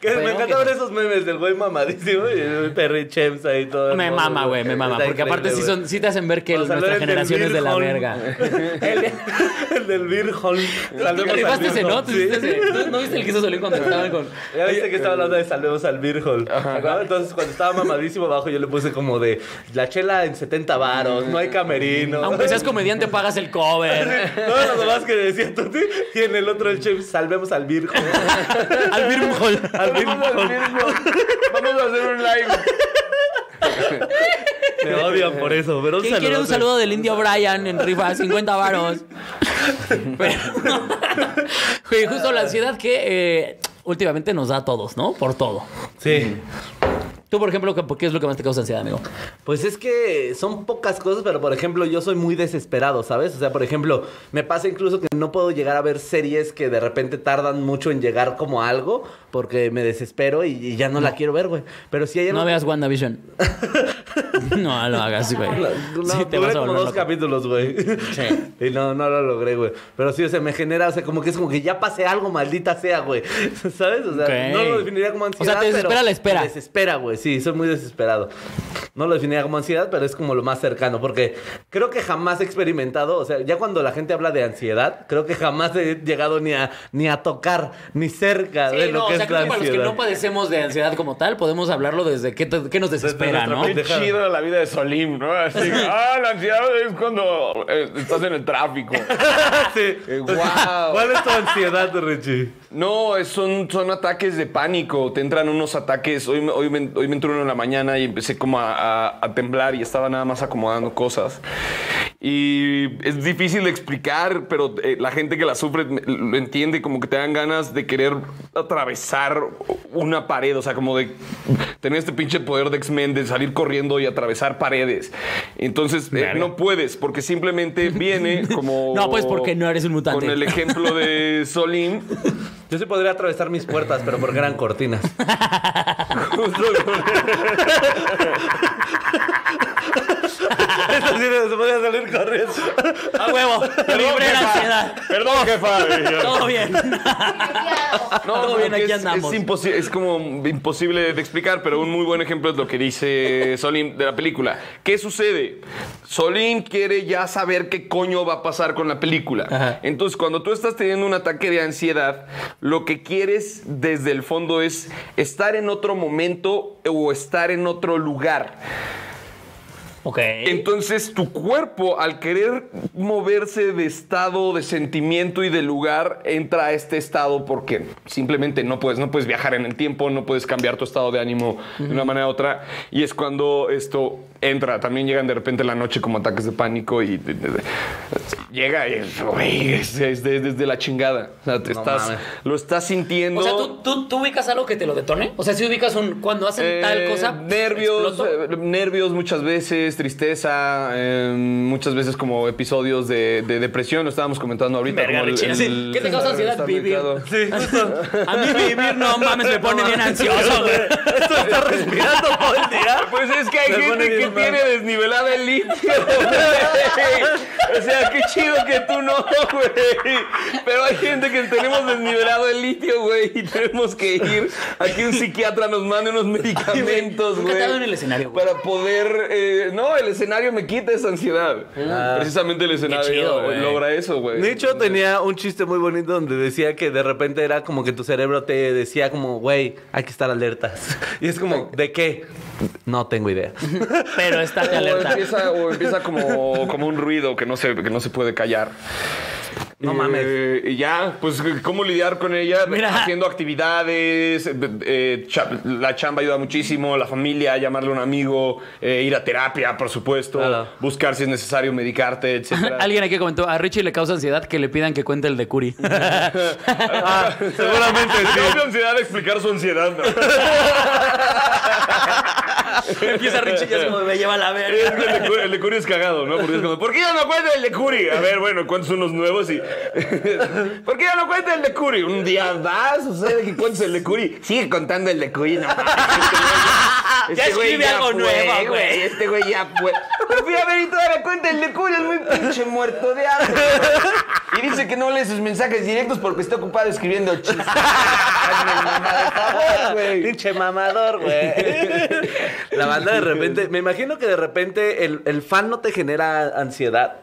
Que Pero me encantaban que- esos memes del güey mamadísimo y el Perry Chems ahí todo. Me mama, güey, me mama. Está Porque aparte sí, increíble, son, sí te hacen ver que güey. Los nuestra saludos del generación es de la Beer verga. Hall. el, el del Beer Hall. ¿Tú Saludemos al rifaste ese, Beer no? Hall. ¿Tú Sí. hiciste ese? ¿No- ¿No viste el que hizo Solín cuando estaban con...? Ya viste que estaba hablando de saludos al Beer Hall. ¿no? Entonces, cuando estaba mamadísimo abajo, yo le puse como de la chela en 70 varos, no hay camerino. Aunque seas comediante, pagas el cover. No, no, nomás que decía Tuti. Y en el otro, el Chems, salvemos al Beer Hall. Al Birmingham Hall. Al Beer Vamos a Hall. hacer- Vamos a hacer un live. Me odian por eso, pero un ¿Quién quiere un saludote. saludo del indio Brian en rifa 50 varos? Pero- Güey, justo la ansiedad que eh, últimamente nos da a todos, ¿no? Por todo. Sí. Tú, por ejemplo, ¿qué- ¿qué es lo que más te causa ansiedad, amigo? Pues es que son pocas cosas, pero por ejemplo, yo soy muy desesperado, ¿sabes? O sea, por ejemplo, me pasa incluso que no puedo llegar a ver series que de repente tardan mucho en llegar como a algo, porque me desespero y, y ya no, la quiero ver, güey. Pero si ayer... Mm. No veas WandaVision. no lo hagas, güey. No, sí, te vas duré a como volver dos loco. capítulos, güey. Y no, no lo logré, güey. Pero sí, o sea, me genera, o sea, como que es como que ya pasé algo, maldita sea, güey. ¿Sabes? O sea, Ok. no lo definiría como O sea, te ansiedad. pero desespera la espera. me desespera, güey. Sí, soy muy desesperado. No lo definiría como ansiedad, pero es como lo más cercano, porque creo que jamás he experimentado, o sea, ya cuando la gente habla de ansiedad, creo que jamás he llegado ni a, ni a tocar, ni cerca Sí, de lo no, que o sea, es creo la que para los que ansiedad. no padecemos de ansiedad como tal, podemos hablarlo desde qué, te- qué nos desespera, nuestra ¿no? Qué Deja- chido la vida de Solim, ¿no? Así, ah, la ansiedad es cuando eh, estás en el tráfico. Sí. Eh, guau. ¿Cuál es tu ansiedad, Richie? No, es- son, son ataques de pánico. Te entran unos ataques. Hoy, me- hoy, me, hoy me entró uno en la mañana y empecé como a, a- a temblar y estaba nada más acomodando cosas. Y es difícil de explicar, pero eh, la gente que la sufre me- lo entiende, como que te dan ganas de querer atravesar una pared, o sea, como de tener este pinche poder de X-Men, de salir corriendo y atravesar paredes. Entonces, eh, no puedes, porque simplemente viene como... No, pues, porque no eres un mutante. Con el ejemplo de Solim, Yo sí podría atravesar mis puertas, pero porque eran cortinas. Justo Eso sí, se podía salir corriendo. ¡A huevo! ¡Libre de ansiedad! Perdón, jefa. Todo bien. Todo bien, aquí es, andamos. Es, imposi- es como imposible de explicar, pero un muy buen ejemplo es lo que dice Solim de la película. ¿Qué sucede? Solim quiere ya saber qué coño va a pasar con la película. Ajá. Entonces, cuando tú estás teniendo un ataque de ansiedad, lo que quieres desde el fondo es estar en otro momento o estar en otro lugar. Ok. Entonces tu cuerpo, al querer moverse de estado, de sentimiento y de lugar, entra a este estado porque simplemente no puedes, no puedes viajar en el tiempo, no puedes cambiar tu estado de ánimo de una manera u otra. Y es cuando esto entra. También llegan de repente en la noche como ataques de pánico y de- de- de- llega y güey, es, es de- desde la chingada. O sea, te No estás, mames. lo estás sintiendo. O sea, ¿tú, tú, tú ubicas algo que te lo detone? O sea, si ubicas un... Cuando hacen tal Eh, cosa... pues, Nervios, exploto. eh, nervios muchas veces, tristeza, eh, muchas veces como episodios de, de depresión, lo estábamos comentando ahorita. Verga, como el- Richie, así, el- ¿Qué te causa ansiedad? estar Vivir. medicado. Sí, justo. A mí vivir, no mames, me pone bien ansioso, güey. Esto está respirando todo el día. Pues es que hay Me pone gente que bien mal. tiene desnivelada el litio. güey. o sea, qué chido que tú no, güey. Pero hay gente que tenemos desnivelado el litio, güey, y tenemos que ir a que un psiquiatra nos mande unos medicamentos, Nunca he güey. estado en el escenario, güey. Para poder. eh, no, el escenario me quita esa ansiedad. Ah. Precisamente el escenario chido, güey. logra eso, güey. Nicho tenía un chiste muy bonito donde decía que de repente era como que tu cerebro te decía como, güey, hay que estar alertas. Y es como, ¿de qué? No tengo idea. Pero estate O alerta. empieza, o empieza como, como un ruido que no se, que no se puede callar. No mames. Eh, y ya, pues, ¿cómo lidiar con ella? Mira. Haciendo actividades, eh, eh, cha- la chamba ayuda muchísimo, la familia, llamarle a un amigo, eh, ir a terapia, por supuesto, Claro. buscar si es necesario medicarte, etcétera. Alguien aquí comentó, a Richie le causa ansiedad que le pidan que cuente el de Curi. Ah, seguramente sí. ansiedad de explicar su ansiedad. ¿no? Empieza Richie ya es como, me lleva a la Es verga. que el de Curi- el de Curi es cagado, ¿no? Porque es como, ¿por qué ya no cuenta el de Curi? A ver, bueno, cuentas unos nuevos y. ¿Por qué ya no cuenta el de Curi? Un día más sucede que cuentas el de Curi. Sigue contando el de Curi, no mames, este güey- Ya güey escribe algo nuevo, güey. Este güey ya fue. Pero fui a ver y todavía cuenta el de Curi, es muy pinche muerto de hambre. Y dice que no lee sus mensajes directos porque está ocupado escribiendo chistes. Hazme mamada, por favor, güey. Pinche mamador, güey. La banda de repente, me imagino que de repente el, el fan no te genera ansiedad.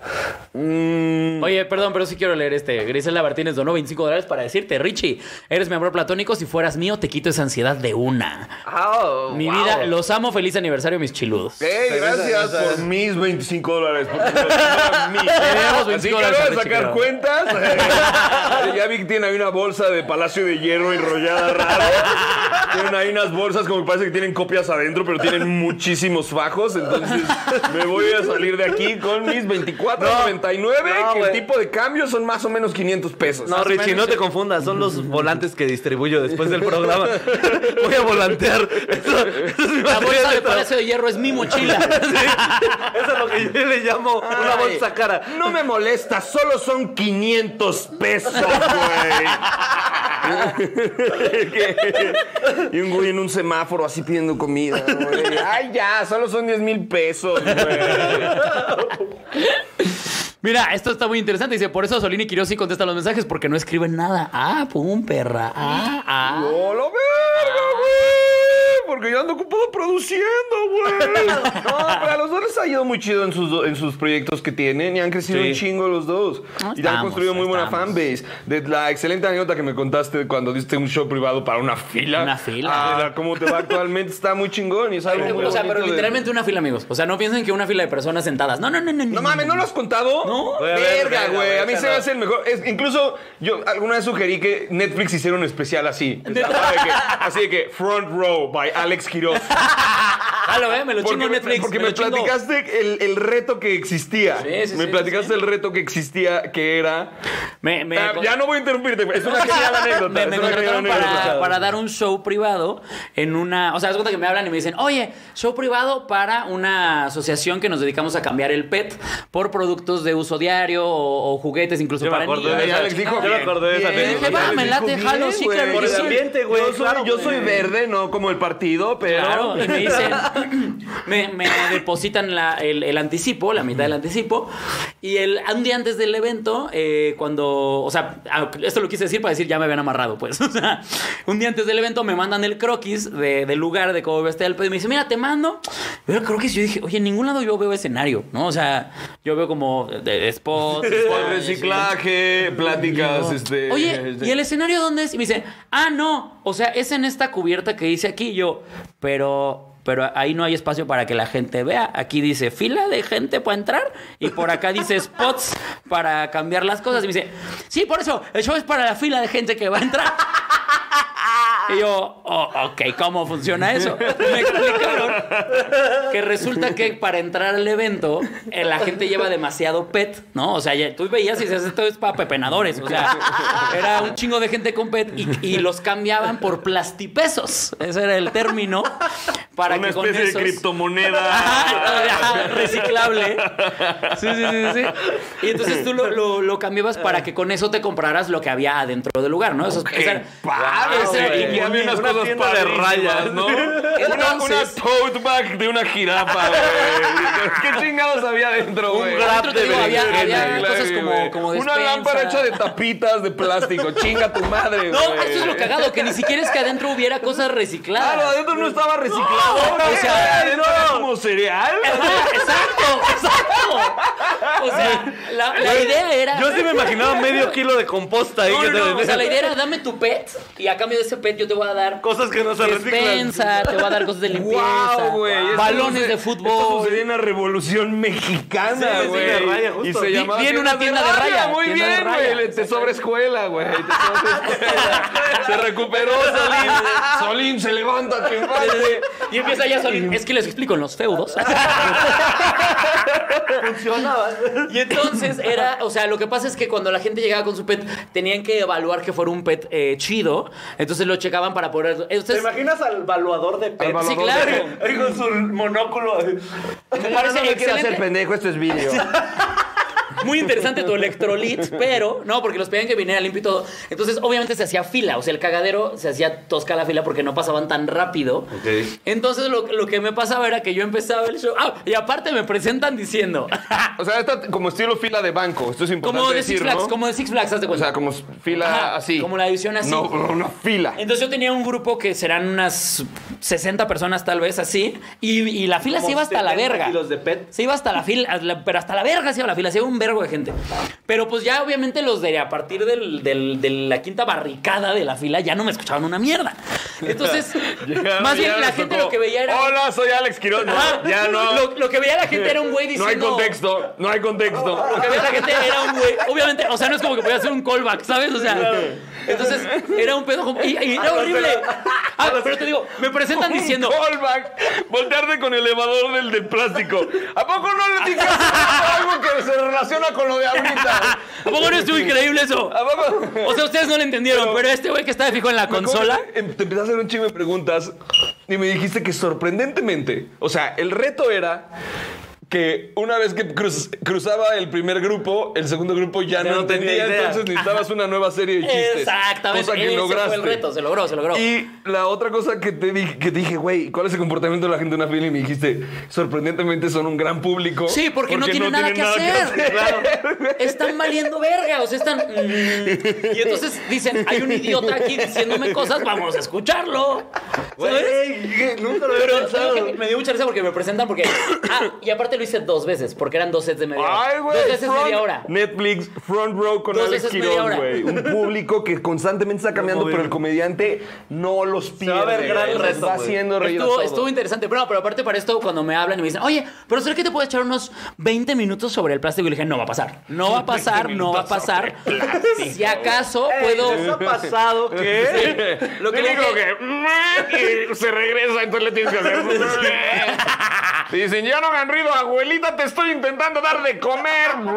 Mm. Oye, perdón, pero sí quiero leer este. Grisela Martínez donó 25 dólares para decirte, Richie, eres mi amor platónico. Si fueras mío, te quito esa ansiedad de una. Ah, Mi wow. vida, los amo. Feliz aniversario, mis chiludos. Ey, gracias por mis 25 dólares. porque me mandaron mil. debemos Así 25 que ahora dólares a voy a Richie sacar Guerrero. cuentas. Eh, ya vi que tiene ahí una bolsa de Palacio de Hierro enrollada raro. Tienen ahí unas bolsas como que parece que tienen copias adentro, pero tienen muchísimos fajos. Entonces me voy a salir de aquí con mis 24.99, no, que el güey. tipo de cambio son más o menos 500 pesos. No, Richie, no te confundas, son los volantes que distribuyo después del programa. Voy a volantear. Eso, eso es mi La materia bolsa de de trabajo. Palacio de Hierro es mi mochila. Sí, eso es lo que yo le llamo una Ay, bolsa cara. No me molesta, solo son 500 pesos, güey. y un güey en un semáforo así pidiendo comida. güey. Ay, ya, solo son 10 mil pesos, güey. Mira, esto está muy interesante. Dice, por eso Solini Quiroz sí contesta los mensajes porque no escriben nada. Ah, pum, perra. Ah, ah. ¡No, la verga, güey! Porque yo ando ocupado produciendo, güey. No, pero a los dos les ha ido muy chido en sus, do- en sus proyectos que tienen y han crecido Sí. un chingo los dos. y han estamos, construido muy buena estamos. fanbase. De la excelente anécdota que me contaste cuando diste un show privado para una fila. Una fila. Ah, cómo te va actualmente está muy chingón y es algo muy O sea, pero bonito de- literalmente una fila, amigos. O sea, no piensen que una fila de personas sentadas. No, no, no, no. No mames, ¿no lo has contado? No. Verga, Verga, güey. A mí verga, se me no. hace el mejor. Es- incluso yo alguna vez sugerí que Netflix hiciera un especial así. Estaba de que- así de que Front Row by Alex Quiroz. Jalo, eh, me lo chingo en me- Netflix. porque me me, lo chingo. platicaste el, el reto que existía. Sí, sí, me sí, platicaste sí. el reto que existía, que era. Me, me, Ah, ya no voy a interrumpirte, güey. Es una genial anécdota. Me, es me una genial contrataron para, anécdota. para dar un show privado en una. O sea, das cuenta que me hablan y me dicen, oye, show privado para una asociación que nos dedicamos a cambiar el PET por productos de uso diario o, o juguetes, incluso Yo me para acuerdo niños. de Ya esa. Alex dijo Yo me bien. acordé de esa. Bien. anécdota. Dije, va, me late, jalo, sí, claro Por que el sí. ambiente, güey. Yo soy, claro, yo güey. soy verde, no como el partido, pero. Claro, y me dicen, me, me depositan la- el, el anticipo, la mitad del anticipo. Y el, un día antes del evento, eh, cuando, o sea, ah, esto lo quise decir para decir ya me habían amarrado, pues. O sea, un día antes del evento me mandan el croquis de- del lugar de cómo vestía el pedo. Y me dice, mira, te mando. Veo el croquis y yo dije, oye, en ningún lado yo veo escenario, ¿no? O sea, yo veo como de, de spots, Por spots, reciclaje, pláticas, este. Oye, ¿y el escenario dónde es? Y me dice, ah, no, o sea, es en esta cubierta que dice aquí. Y yo, pero, pero ahí no hay espacio para que la gente vea. Aquí dice fila de gente para entrar y por acá dice spots para cambiar las cosas. Y me dice, sí, por eso, el show es para la fila de gente que va a entrar. Y yo, oh, ok, ¿cómo funciona eso? Me explicaron que resulta que para entrar al evento eh, la gente lleva demasiado pet, ¿no? O sea, ya- tú veías y decías, esto es para pepenadores. O sea, era un chingo de gente con pet y, y los cambiaban por plastipesos. Ese era el término para Una que con especie de esos... Ajá, ajá, criptomoneda. reciclable. Sí, sí, sí, sí, sí. Y entonces tú lo, lo- lo cambiabas para que con eso te compraras lo que había adentro del lugar, ¿no? Eso, ¡Qué esa- padre, esa- güey! y- Ah, Y había unas una cosas tienda para de de rayas, ¿no? Una, una Entonces- tote bag de una jirafa, güey. ¿Qué chingados había adentro, güey? grab Adentro te de digo, berenjena, había güey. cosas como- como Una Una lámpara lámpara hecha de tapitas de plástico. Chinga tu madre, güey. No, eso es lo cagado, que ni siquiera es que adentro hubiera cosas recicladas. Claro, adentro no estaba reciclado. o sea, adentro era como cereal. Ajá, Exacto, exacto. O sea, la, la idea era. Yo sí me imaginaba medio kilo de composta ahí. No, que no, te no, vendían. O sea, la idea era dame tu pet y a cambio de ese pet yo te voy a dar Cosas que no se reciclan. despensa, te voy a dar cosas de limpieza, Wow, güey. Esto balones suce- de Esto fútbol. sucedió en la Revolución Sí, sí, Mexicana, sí, güey. de raya, justo. y se Vi- llamaba vi en una tienda de raya, Muy tienda de bien, raya. güey. Te sobra escuela, güey. Te sobra escuela. se recuperó Solín. Solín se levanta triunfante. Y empieza ya solito. Es que les explico, en los feudos. Funcionaba. Y entonces era, o sea, lo que pasa es que cuando la gente llegaba con su pet, tenían que evaluar que fuera un pet eh, chido. Entonces lo checaban para poder. ¿Te Entonces, imaginas al valuador de pet? Sí, claro. Ahí con su monóculo. me parece No me quiero excelente. hacer pendejo, esto es vídeo. Muy interesante tu electrolit, pero no, porque los pedían que viniera limpio y todo. Entonces, obviamente se hacía fila, o sea, el cagadero se hacía tosca la fila porque no pasaban tan rápido. Entonces, lo, lo que me pasaba era que yo empezaba el show. Ah, y aparte me presentan diciendo, O sea, está como estilo fila de banco. Esto es importante como de decir, Six Flags, ¿no? como de Six Flags, haz de O cuenta. sea, como fila Ajá, así. como la división así. No, una fila. Entonces yo tenía un grupo que serán unas 60 personas tal vez así y, y la fila se iba hasta la verga. los de pet. Se iba hasta la fila, a la- pero hasta la verga se iba la fila, se iba un vergo de gente. Pero pues ya obviamente los de a partir del- del- de la quinta barricada de la fila ya no me escuchaban una mierda. Entonces, Ya- más bien ya la nos gente tocó, lo que veía era... Hola, soy Alex Quiroz. No, Ajá. ya no. Lo, lo que veía la gente era un güey no diciendo... hay contexto, no hay contexto. Porque a veces la gente era un güey. Obviamente, o sea, no es como que podía hacer un callback, ¿sabes? O sea, entonces era un pedo como. Y, y era horrible. Ah, pero te digo, me Oh presentan diciendo. Callback. Voltearte con el elevador del de plástico. ¿A poco no le dije algo que se relaciona con lo de ahorita? ¿A poco no estuvo increíble eso? ¿A poco? O sea, ustedes no lo entendieron, pero, este güey que estaba fijo en la consola. Em- Te empecé a hacer un chingo de preguntas y me dijiste que sorprendentemente, o sea, el reto era que una vez que cruz- cruzaba el primer grupo, el segundo grupo ya Ya no, no tenía entendía, idea. entonces necesitabas una nueva serie de chistes. Exactamente. Cosa que ese lograste. fue el reto, se logró, se logró. Y la otra cosa que te dije, que te dije, güey, ¿cuál es el comportamiento de la gente en una fila? Y me dijiste, sorprendentemente son un gran público. Sí, porque, no tienen nada, tienen que, hacer. Claro. Están valiendo verga, o sea, están. mm. y entonces dicen, hay un idiota aquí diciéndome cosas, vamos a escucharlo. ¿Sabes? Güey, nunca lo había Pero pensado. ¿sabes qué? me dio mucha risa porque me presentan porque. Ah, y aparte lo hice dos veces, porque eran dos sets de media hora. Ay, güey. dos veces front- media hora. Netflix, front row con Dos Alex veces media Quiroz, hora. güey. Un público que constantemente está cambiando, pero el comediante no los pierde. va a ver gran güey. Los reto, Va güey. haciendo reír a Estuvo, todos. estuvo interesante. Pero, pero aparte para esto, cuando me hablan y me dicen, oye, pero ¿será que te puedo echar unos 20 minutos sobre el plástico? Y le dije, no va a pasar. No va a pasar, no va a pasar. Si acaso Ey, puedo... ¿les ha pasado que Lo que le digo que y se regresa, entonces le tienes que hacer. Dicen, ya no hagan ruido, abuelita, te estoy intentando dar de comer. "Mm".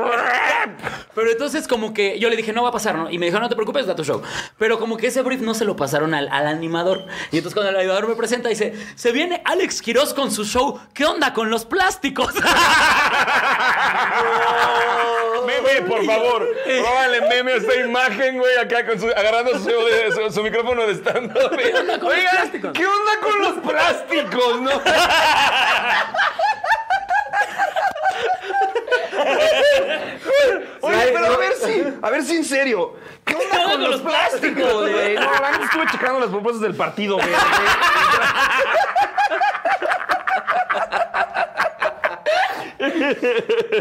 Pero entonces como que yo le dije, no va a pasar, ¿no? Y me dijo, no te preocupes, da tu show. Pero como que ese brief no se lo pasaron al, al animador. Y entonces cuando el animador me presenta, dice, se viene Alex Quiroz con su show, ¿qué onda con los plásticos? Meme, por favor, róbale meme a esta imagen, güey, acá con su, agarrando su, su- su micrófono de stand-up. ¿Qué onda con los plásticos? ¿qué onda con los plásticos, no? Oye, Sí, pero no. a ver si, a ver si en serio, ¿qué onda con, los plásticos, güey? No, la neta estuve checando las propuestas del partido, güey.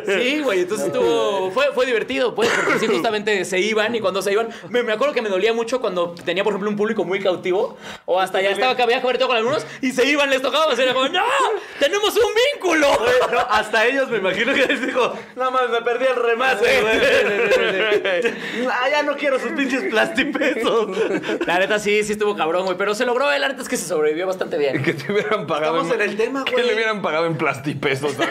Sí, güey, entonces estuvo- fue, fue divertido, pues, porque sí, justamente se iban y cuando se iban, me, me acuerdo que me dolía mucho cuando tenía, por ejemplo, un público muy cautivo, o hasta ya estaba que había cobertado con algunos, y se iban, les tocaba, era como, ¡no! ¡Tenemos un vínculo! Güey, no, hasta ellos me imagino que les dijo, no mames, me perdí el remate, güey. Ah, ya no quiero sus pinches plastipesos. La neta sí, sí estuvo cabrón, güey, pero se logró, el arte es que se sobrevivió bastante bien. Que te hubieran pagado. Estamos en el tema, Que güey. le hubieran pagado en plastipesos. ¿sabes?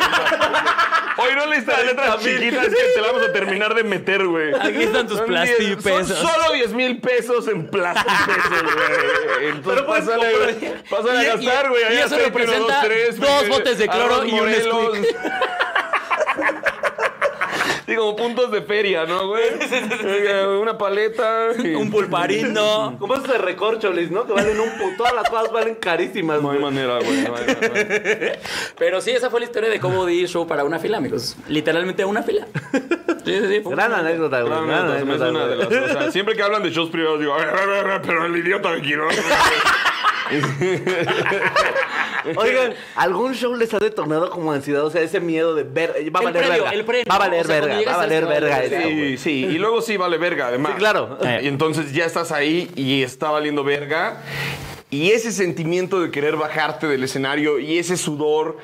Hoy no leíste las letras 30,000. chiquitas que te la vamos a terminar de meter, güey. Aquí están tus Son plastipesos. diez- Son solo 10 mil pesos en plastipesos, güey. Entonces Pero puedes pásale, comprar- pásale Y- a gastar, güey. y- Ahí y eso hacerte uno, representa dos, tres, güey. dos botes de cloro Arroz y un Morelos. Sí, como puntos de feria, ¿no, güey? Eh, Una paleta. y- Un pulparindo. Como esos de recorcholis, ¿no? Que valen un puto, todas las cosas valen carísimas, No hay güey. manera, güey. no hay manera. Pero sí, esa fue la historia de cómo di show para una fila, amigos. Literalmente una fila. Sí, sí, sí. fue- Gran anécdota, güey. Claro, gran no, también es anécdota, una de güey. las cosas. Siempre que hablan de shows privados, digo, "A ver, a ver, a ver, pero el idiota de Quiroz. Oigan, ¿algún show les ha detonado como ansiedad? O sea, ese miedo de ver. eh, Va a El valer previo, verga. el previo. Va a valer O sea, cuando verga. Va llegas a a valer ese verga. momento, esto, sí, güey. Sí, sí. Y luego sí vale verga, además. Sí, claro. Eh. Y entonces ya estás ahí y está valiendo verga. Y ese sentimiento de querer bajarte del escenario y ese sudor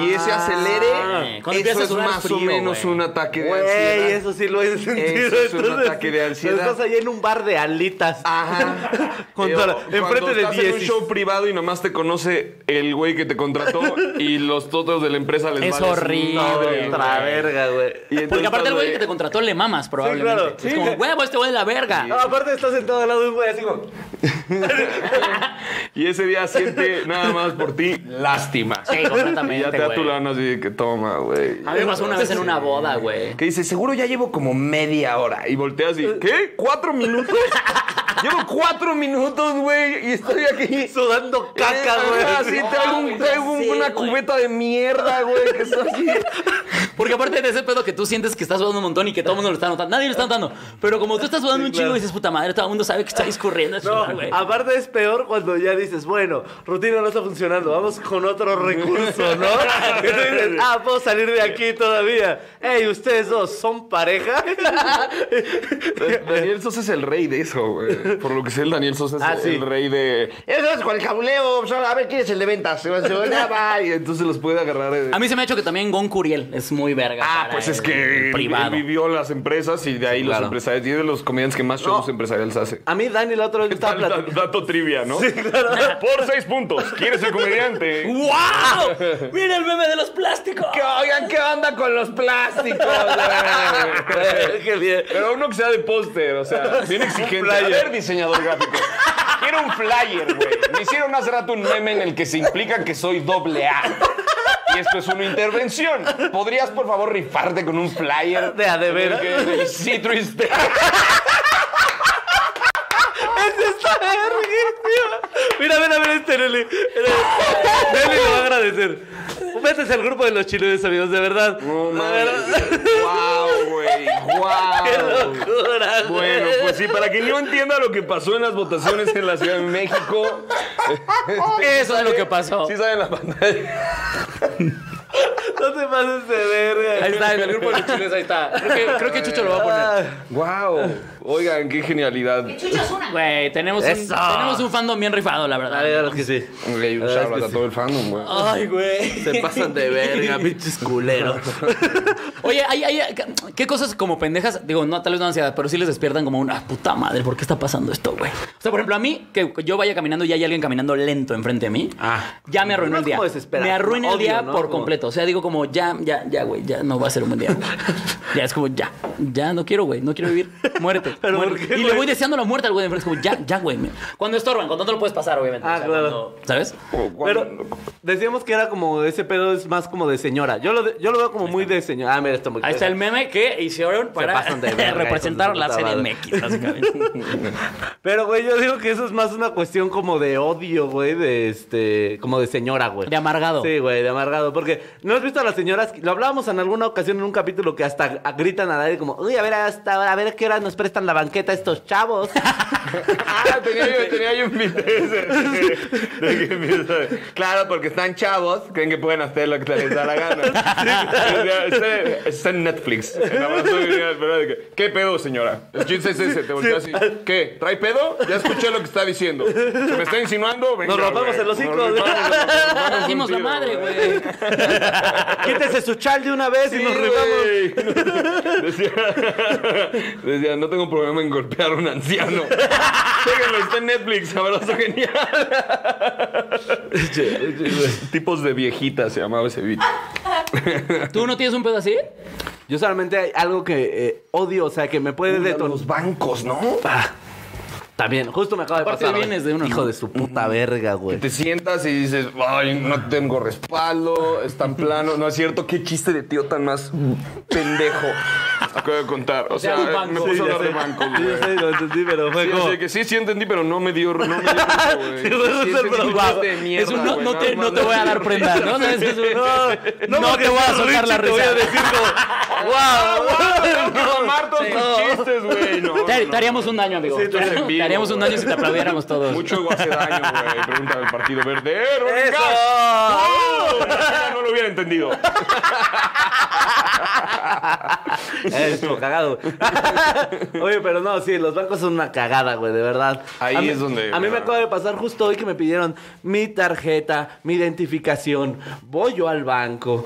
y ese acelere, Ah. Eh, Cuando empieza eso a es sudar más frío, o menos güey. un ataque de ansiedad. Güey, eso sí lo he sentido. Eso es un entonces, ataque de ansiedad. Ah, Estás ahí en un bar de alitas. Ajá. Con toda la- Cuando enfrente de estás en 10. un show privado y nomás te conoce el güey que te contrató y los totos de la empresa les Es vales horrible, madre, Otra güey. verga, güey. Y entonces Porque aparte el güey estás que te contrató le mamas, probablemente. claro. Es Sí, Ah, como, que- huevo, este güey de la verga. No, aparte estás sentado al lado de un güey así como. de- Y ese día siente nada más por ti lástima. Sí, Y ya completamente, te da tu güey. lana así de que toma, güey. A mí me pasó una vez en una boda, güey. Que dice, seguro ya llevo como media hora. Y volteas y, ¿qué? ¿Cuatro minutos? llevo cuatro minutos, güey. Y estoy aquí. Sudando caca, Eh, güey. ajá, sí, traigo, un- traigo un- Sí, una güey. cubeta de mierda, güey. Que está así. Porque aparte de ese pedo que tú sientes que estás sudando un montón y que todo el mundo lo está notando, nadie lo está notando. Pero como tú estás sudando un chingo, dices, puta madre, todo el mundo sabe que está discurriendo eso, No, güey. aparte es peor cuando ya dices, bueno, rutina no está funcionando, vamos con otro recurso, ¿no? Entonces dices, ah, puedo salir de aquí todavía. Ey, ustedes dos son pareja. Daniel Sosa es el rey de eso, güey. Por lo que sé, el Daniel Sosa es Ah, sí. el rey de. Eso es con el cabuleo. A ver quién es el de ventas. Se va, se va, ya va", Y entonces los puede agarrar. eh. Ah, A mí se me ha hecho que también Gon Curiel es muy verga. Ah, para pues es el que él- él Privado. vivió las empresas y de ahí los claro. empresarios. Y es de los comediantes que más shows empresariales hace. A mí Dani la otra vez me estaba Tal- platicando. tal- Dato trivia, ¿no? Por seis puntos. ¿Quién es el Uh, comediante? ¡Wow! ¡Mira el meme de los plásticos! Oigan, ¿qué onda con los plásticos? Qué bien. Pero uno que sea de póster, o sea, bien exigente. A ver, diseñador gráfico. Quiero un flyer, güey. Me hicieron hace rato un meme en el que se implica que soy doble A. Y esto es una intervención. ¿Podrías, por favor, rifarte con un flyer? De a de veras. en el que- Sí, triste. ¡Ese está verguísima! Mira, ven a ver este, Nelly. Nelly Nelly lo va a agradecer. Métese al grupo de los chilenos, amigos, de verdad. No De mames. verdad. Guau, güey. ¡Qué Guau. locura, güey! Bueno, pues sí, para quien no entienda lo que pasó en las votaciones en la Ciudad de México. Eso es lo que pasó. Sí saben la pantalla. No te pases de verga. Ahí está, en el grupo de los chiles, ahí está. Creo que, creo que Chucho lo va a poner. Wow. Oigan, qué genialidad. Que Chucho es una. Güey, tenemos un, Eso. tenemos un fandom bien rifado, la verdad. A ver, a los que sí. Güey, un La verdad es shout que a sí. Ah, todo el fandom, güey. Ay, güey. Se pasan de verga, pinches culeros. Oye, hay, hay- ¿qué cosas como pendejas? Digo, no, tal vez no ansiedad, pero sí les despiertan como una puta madre, ¿por qué está pasando esto, güey? O sea, por ejemplo, a mí, que yo vaya caminando y hay alguien caminando lento enfrente de mí, Ah. ya me arruinó No el es día. como desesperar, me arruina el odio, día ¿no? por Como- completo. O sea, digo como, ya, ya, ya, güey, ya no va a ser un buen día. güey. ya es como, ya, ya, no quiero, güey, no quiero vivir. Muérete. Pero, muérete. ¿por qué, y le güey? voy deseando la muerte al güey de enfrente, es como, ya, ya, güey. me- Cuando estorban, cuando no lo puedes pasar, obviamente. Ah, claro. cuando- ¿Sabes? O cuando- Pero decíamos que era como ese pedo es más como de señora. Yo lo, de- yo lo veo como muy de señora. Ah, mira, está muy Ahí está el meme que hicieron para pasan de verga, representar hijos de la puta serie madre. MX, básicamente. Pero, güey, yo digo que eso es más una cuestión como de odio, güey, de este. Como de señora, güey. De amargado. Sí, güey, de amargado. Porque no has visto a las señoras. Lo hablábamos en alguna ocasión en un capítulo que hasta gritan al aire como, uy, a ver, hasta ahora, a ver a qué hora nos prestan la banqueta estos chavos. Ah, tenía yo, tenía yo un video ese, de que empieza, Claro, porque están chavos, creen que pueden hacer lo que les da la gana. O sea, está, está en Netflix. El abrazo de Grial, pero de que, ¿Qué pedo, señora? El chiste es ese, te volteas así. ¿Qué? ¿Trae pedo? Ya escuché lo que está diciendo. ¿Se me está insinuando? Venga, Nos rompamos güey. el hocico. Nos rompamos el hocico, nos damos un Hicimos la tiro, madre, güey. Quítese su chal de una vez y nos rifamos. rifamos. Decía, decía, no tengo problema en golpear a un anciano. Chéquenlo, está en Netflix, abrazo genial. Tipos de viejitas se llamaba ese beat. ¿Tú no tienes un pedo así? Yo solamente hay algo que eh, odio, o sea, que me puede detonar. Ah, Los bancos, ¿no? También, justo me acaba de Aparte pasar. vienes güey. de uno, Hijo ¿no? de su puta verga, güey. Te sientas y dices, ay, no tengo respaldo, es tan plano. No es cierto, qué chiste de tío tan más pendejo. Acabo de contar. O sea, un eh, me banco. puso a ya hablar de sé. banco, Sí, güey. ya sé, lo entendí, pero fue Sí, como... sí, que sí, sí entendí, pero no me dio, no me dio risa, güey. Sí, güey, es Sí, el entendí, problema. chiste de mierda, es un no, güey, no te, nada no más. te voy a dar prenda, ¿no? No, es- es un- No, no porque te voy a seas soltar la Richie, te voy a risa. decir como, ¡Wow! Ah, Tengo que mamar todos tus chistes, güey. No, Te, no, te haríamos un daño, amigo. Sí, tú eres en te vivo, haríamos un güey. daño si te aplaudiéramos todos. Mucho ego hace daño, güey. Pregunta del partido verde. ¡Eh, Rubén ¡Eso! Gas! ¡No! Ya No lo hubiera entendido. Eso, cagado. güey. Oye, pero no, sí, los bancos son una cagada, güey, de verdad. Ahí A mí- es donde- A mí me acaba de pasar justo hoy que me pidieron mi tarjeta, mi identificación. Voy yo al banco,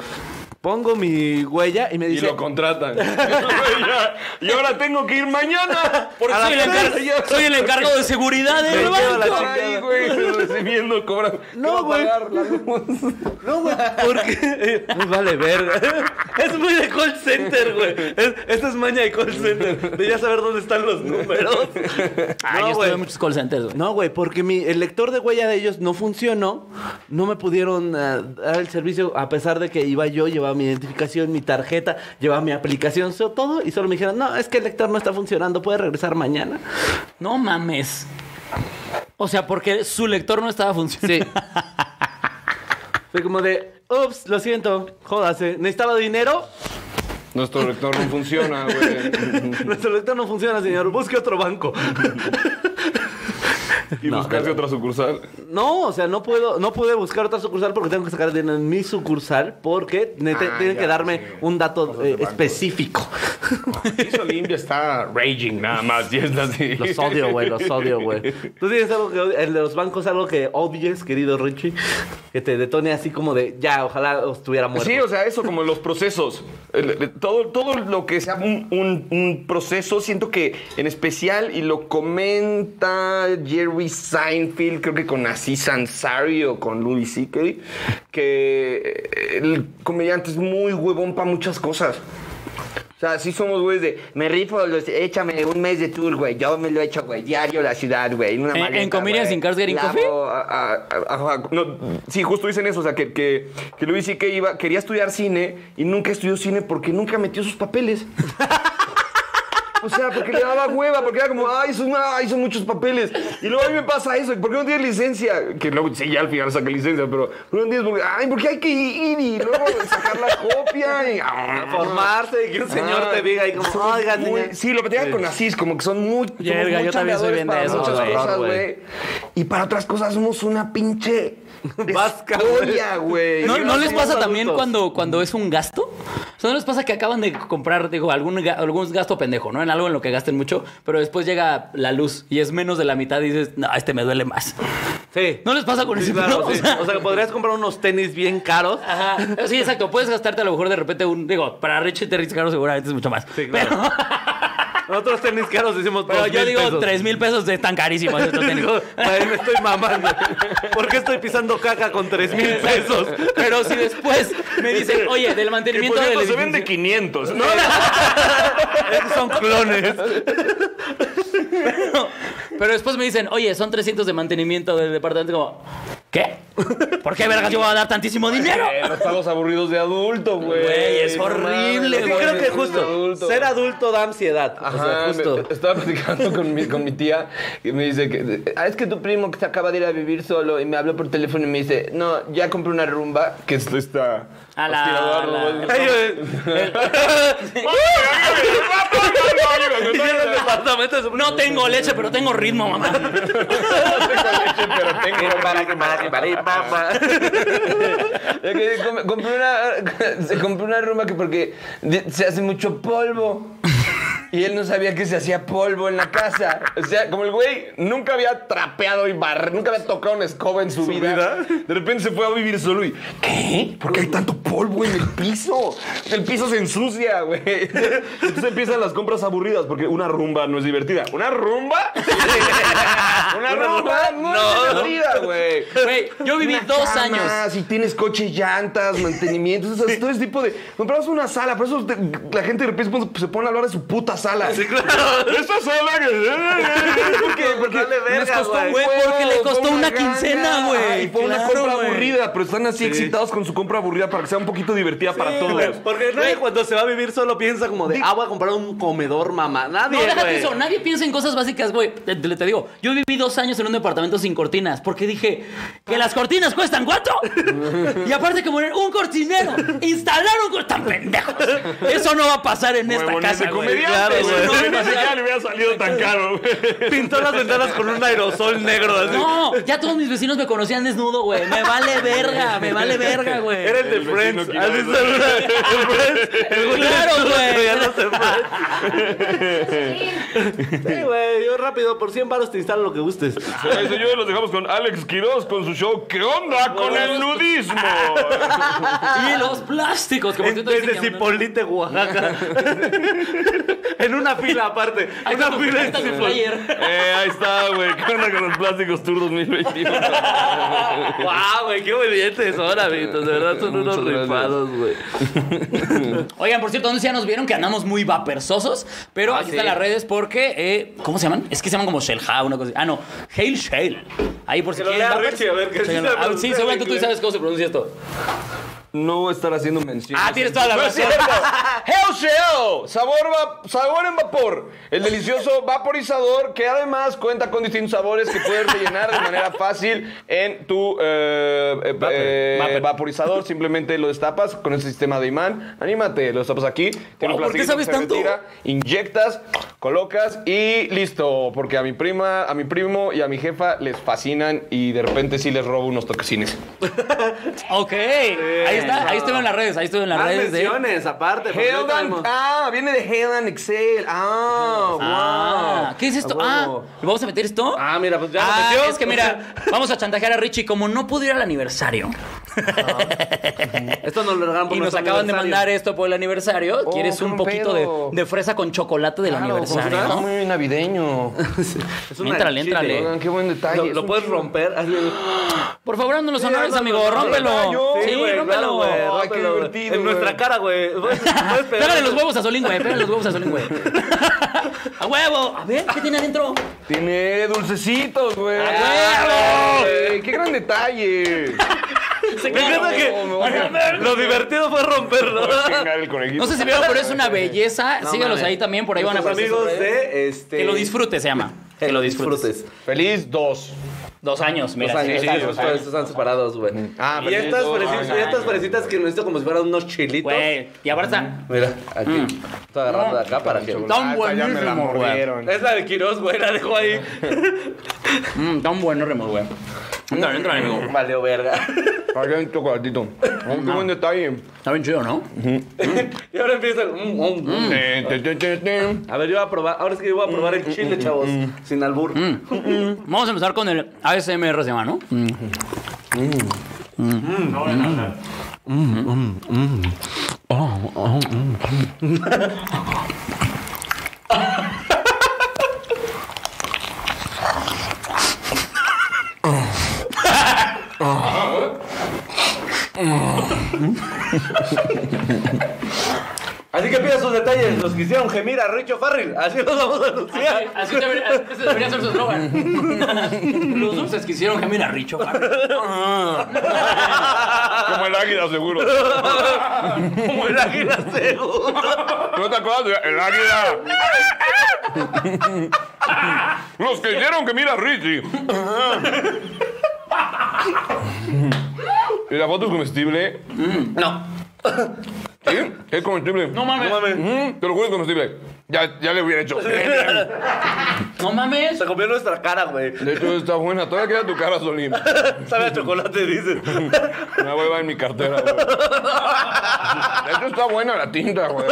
pongo mi huella y me Y dice. lo contratan. Güey, ya. y ahora tengo que ir mañana. Porque A soy el, la encar- verga, yo- soy el encargado de seguridad Me del llevo banco. la chingada. Ahora ahí, güey, recibiendo cobran. No, güey. No, güey, porque. Pues vale verga. Es muy de call center, güey. Es- esta es maña de call center. De ya saber dónde están los números. Ay, No, yo estuve güey. en muchos call centers, güey. No, güey, porque mi, el lector de huella de ellos no funcionó. No me pudieron ah, dar el servicio, a pesar de que iba yo, llevaba mi identificación, mi tarjeta, llevaba mi aplicación, so- todo. Y solo me dijeron, no, es que el lector no está funcionando, puede regresar mañana. No mames. O sea, porque su lector no estaba funcionando. Sí. Fue como de, ups, lo siento, jódase. Necesitaba dinero, Nuestro rector no funciona, güey. nuestro lector no funciona, señor, busque otro banco. Y buscarse otra sucursal. No, o sea, no puedo, no pude buscar otra sucursal porque tengo que sacar dinero en mi sucursal porque ne- te- Ah, tienen ya, que darme sí. un dato de eh, bancos. específico. Eso limpia está raging nada más. Y es así. Los odio, güey, los odio, güey. ¿Tú tienes algo que odi- el de los bancos algo que odies, querido Richie? Que te detone así como de, ya, ojalá estuviera muerto. Sí, o sea, eso, como los procesos. El- el- Todo, todo lo que sea un, un- un proceso, siento que en especial, y lo comenta Jerry Seinfeld, creo que con Aziz Ansari o con Louis C.K., que el comediante es muy huevón para muchas cosas. O sea, sí somos güeyes de. Me rifo, los, échame un mes de tour, güey. Yo me lo echo, güey. Diario la ciudad, güey. En una ¿En- maleta, en Comedians güey. in Cars Getting Lavo, Coffee? a- a- a- Ajá, no, sí, justo dicen eso, o sea, que, que, que Luis sí que iba, quería estudiar cine y nunca estudió cine porque nunca metió sus papeles. O sea, porque le daba hueva, porque era como, ay, son, ay, son muchos papeles. Y luego a mí me pasa eso, ¿por qué no tienes licencia? Que luego, sí, ya al final saqué licencia, pero ¿por qué no tienes? Porque, ay, porque hay que ir y luego sacar la copia y... Formarse y que un señor te diga y como, Somos oiga, Ah, muy- señor. Sí, lo platican con Asís, como que son muy. somos Yerga, muy yo también soy bien de chambeadores esos, para güey. muchas cosas, Horror, güey. Y para otras cosas somos una pinche. Vasca, escoria, güey. ¿No, Sí, no les somos pasa también adultos. cuando, cuando es un gasto? O sea, ¿no les pasa que acaban de comprar, digo, algún, ga- algún gasto pendejo, ¿no? En algo en lo que gasten mucho, pero después llega la luz y es menos de la mitad y dices, no, este me duele más. Sí. ¿No les pasa con Sí, ese claro, pedo? sí. O sea- O sea, que podrías comprar unos tenis bien caros. Ajá. Sí, exacto. Puedes gastarte a lo mejor de repente un. Digo, para Richie Terry Caro seguramente es mucho más. Sí, claro. Pero, Nosotros tenis caros decimos pero dos yo mil digo, pesos. tres mil pesos están carísimos estos tenis. Digo, "Ay, me estoy mamando. ¿Por qué estoy pisando caca con tres mil pesos? Pero si después me dicen, oye, del mantenimiento del se edificio- vende 500. ¿no? Son clones. Pero después me dicen, oye, son 300 de mantenimiento del departamento. Como, ¿qué? ¿Por qué vergas yo voy a dar tantísimo dinero? estamos aburridos de adulto, güey. Güey, es No mames, horrible, es Sí, güey. creo que adulto. justo. Ser adulto da ansiedad. O sea, Ajá, justo. me- estaba platicando con mi, con mi tía y me dice que "Ah, es que tu primo que se acaba de ir a vivir solo y me habló por teléfono y me dice, no, ya compré una rumba que es esta A la- aspiradora, a la- ¿no? Ay, yo- Y yo en el departamento de su- No tengo leche, pero tengo ritmo, mamá. pero tengo Es que com- compré una se compró una rumba que porque de- se hace mucho polvo y él no sabía que se hacía polvo en la casa. O sea, como el güey nunca había trapeado y barre, nunca había tocado una escoba en su, vida. De repente se fue a vivir solo y ¿qué? ¿Por qué hay tanto polvo en el piso? El piso se ensucia, güey. Entonces empiezan las compras aburridas porque una rumba no es divertida. Una rumba una rumba no es divertida, güey. Güey, yo viví Unas dos camas, años. Ah, Si tienes coche, llantas, mantenimientos, o sea, todo ese tipo de. Compramos una sala, por eso te- la gente de repente se pone a hablar de su puta sala. Sí, claro. Esa sala que. porque, porque Dale les verga, costó güey. un Güey, huevo, porque le fue costó una ganga, quincena, güey. y Fue una Claro, compra güey. aburrida, pero están así excitados con su compra aburrida para que sea un poquito divertida para todos. Porque nadie cuando se va a vivir solo piensa como de, ah, voy a comprar un comedor, mamá. Nadie, No, déjate güey. eso. Nadie piensa en cosas básicas, güey. Te, te- te digo, yo viví dos años en un departamento sin cortinas porque dije que las cortinas cuestan cuánto. y aparte que poner un cortinero, instalar un cortinero. ¡Tan pendejos! Eso no va a pasar en esta casa, güey. comediante, Eso güey. no va a Ni siquiera pasar. le hubiera salido tan caro, güey. Pintó las ventanas con un aerosol negro. así. No, ya todos mis vecinos me conocían desnudo, güey. Me vale verga, me vale verga, güey. Era el de El Friends. vecino que ¿Has iba a visto el el Friends? El güey Claro, desnudo güey. que ya no se fue. Sí, güey, yo rápido, por 100 baros te instalo lo que gustes. Señores, los dejamos con Alex Quiroz con su show ¿Qué onda con el nudismo? Y los plásticos, que por cierto dicen Desde que Cipolite, Oaxaca. en una fila aparte. Ahí está Una tu- fila ahí en está tu Cipolite. player. Eh, ahí está, güey. ¿Qué onda con los plásticos Tour 2021? ¡Wow, güey! ¡Qué brillantes son, amiguitos! De verdad son unos Muchas gracias. rifados, güey. Oigan, por cierto, no sé si ya nos vieron que andamos muy vapersosos, Ah, pero aquí están las redes porque. eh, ¿Cómo se llaman? Es que se llaman como Shellha, una cosa así. Ah, no. Hail Shell. Ahí por si lo lea vapers- Richie, a ver, que sí Chéquenlo. se Ah, pronuncia Sí, en seguramente tú inglés. sabes cómo se pronuncia esto. No voy a estar haciendo mención. Ah, tienes toda la Pues razón. Hell Shell, sabor, va- sabor en vapor. El delicioso vaporizador que además cuenta con distintos sabores que puedes rellenar de manera fácil en tu eh, eh, eh, Vapor. vaporizador. Simplemente lo destapas con este sistema de imán. Anímate, lo destapas aquí. Tiene Wow, ¿por qué plastiquito sabes que se tanto? inyectas, colocas y listo. Porque a mi prima, a mi primo y a mi jefa les fascinan y de repente sí les robo unos toquecines. Ok. Ahí está. Ahí estoy en las redes. Ahí estoy en las Más redes. de- menciones, aparte. porque Hail ahorita and- vemos- ah, viene de Hail and Excel. Ah, Ah, wow. ¿qué es esto? A Ah, huevo. ¿le vamos a meter esto? Ah, mira, pues ya lo Ah, metió. Es que mira, vamos a chantajear a Richie. Como no pudo ir al aniversario, Esto nos lo regalan por Y nos Ah, pues nuestro acaban de mandar eh. aniversario. esto por el aniversario. Oh, ¿Quieres qué un buen poquito pedo. de, de fresa con chocolate del Claro, como aniversario? está no? muy navideño. Es una Éntrale, chile. éntrale. Oigan, qué buen detalle. Lo, es lo un puedes chulo. romper. así de- Por favor, haznos los Sí, honores, haznos amigo. los honores. Rómpelo. Sí, güey, claro, rómpelo. güey, Ay, qué rómpelo. divertido, En nuestra güey. cara, güey. Puedes- puedes pegar- Pégale los huevos a Solín, güey. Pégale los huevos a Solín, güey. ¡A huevo! A ver, ¿qué tiene adentro? Tiene dulcecitos, güey. ¡A Ay, Ah, güey, ¡Qué gran detalle! Se Me queda- encanta que me voy a lo divertido fue romperlo. Chingar el conejito. No sé si vieron, pero es una belleza. No Síganos mames. ahí también, por ahí van a Nuestros aparecer. sus amigos redes. de este. Que lo disfrute, se llama. Que lo disfrutes. Feliz dos. Dos años, mira. Los años, sí, sí, dos los años. años están separados, güey. Ah, y perfecto. estas fresitas, Ah, y estas fresitas que necesito como si fueran unos chilitos. Güey, Mm. y abraza. Mira, aquí. Estoy agarrando de acá para que. Tan Ah, esta ya me la buenísimo, güey. mordieron. Es la de Quirós, güey, la dejo ahí. Mm, tan bueno, Remos, güey. Entra, entra, amigo. Valió verga. Aquí hay un chocolatito. Ay, ¡Qué buen detalle! Está bien chido, ¿no? Y ahora empieza el. mm, mm, mm. Te, te, te, te, te. A ver, yo voy a probar. Ahora es que yo voy a probar Mm, el chile, chavos. Sin albur. Vamos a empezar con el ASMR se llama, ¿no? Así que pida sus detalles. Los que hicieron gemir a Richo Farrell. Así los vamos a anunciar. Así debería, ese debería ser su eslogan. Los dulces que hicieron gemir a Richo. Como el águila, seguro. Como el águila cego. ¿No te acuerdas? de- ¡El águila! Los que hicieron que mira a Richie. ¿Y la foto es comestible? No. ¿Sí? ¿Es comestible? No mames. No mames. Mm, Te lo juro, es comestible. Ya, ya le hubiera hecho. De No mames. Se comió nuestra cara, güey. hecho, está buena. Todavía queda tu cara, Solín. Sabe a chocolate, dices. Una hueva en mi cartera, güey. De hecho, está buena la tinta, güey.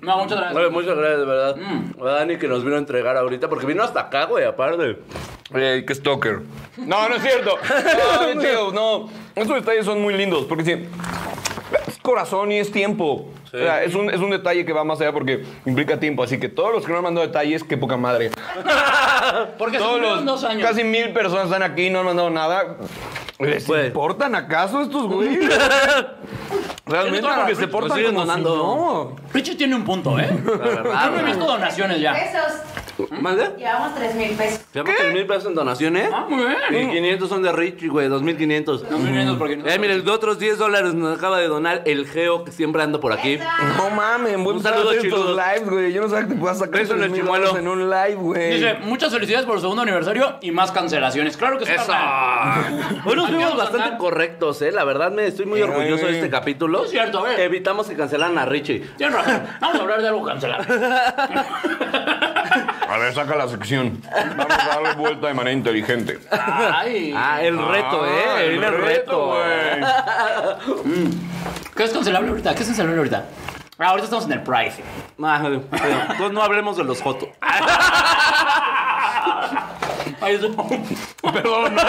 No, muchas gracias. Güey, muchas gracias, de verdad. A Dani que nos vino a entregar ahorita, porque vino hasta acá, güey, aparte. Eh, qué stalker. No, no es cierto. No, qué chido, no. Estos detalles son muy lindos porque sí, es corazón y es tiempo. O sea, es, un, es un detalle que va más allá porque implica tiempo. Así que todos los que no han mandado detalles, qué poca madre. Porque Todos son los dos años. casi mil personas están aquí y no han mandado nada. ¿Les Pues. importan acaso estos güeyes? Realmente toda la porque razón. se portan siguen como si donando. no. Richo tiene un punto, ¿eh? Yo no he visto donaciones ya. Pesos. ¿Mande? Llevamos 3 mil pesos. Llevamos 3 mil pesos en donaciones. Ah, muy bien. Y 500 son de Richie, güey, 2500. No estoy viendo porque no- Eh, miren, de otros 10 dólares nos acaba de donar el Geo, que siempre ando por aquí. No mames, voy a Un empezar a saludo, hacer estos chicos. lives, güey. Yo no sabía que te puedas sacar Eso no es 3,000 chimuelo. dólares en un live, güey. Dice, muchas felicidades por su segundo aniversario y más cancelaciones. Claro que sí. carnal. Hoy nos Aquí vimos vamos a bastante andar. correctos, eh. La verdad, me estoy muy Ay, orgulloso de güey. este capítulo. Es cierto, a ver. Evitamos que cancelaran a Richie. Tienes razón. Vamos a hablar de algo cancelado. A ver, saca la sección. Vamos a darle vuelta de manera inteligente. Ay. Ah, el reto, Ah, eh. Viene el reto. güey. ¿Qué es cancelable ahorita? ¿Qué es cancelable ahorita? Ah, ahorita estamos en el Pride. Ah, eh, entonces no hablemos de los Jotos. Ay, eso- Perdón. no.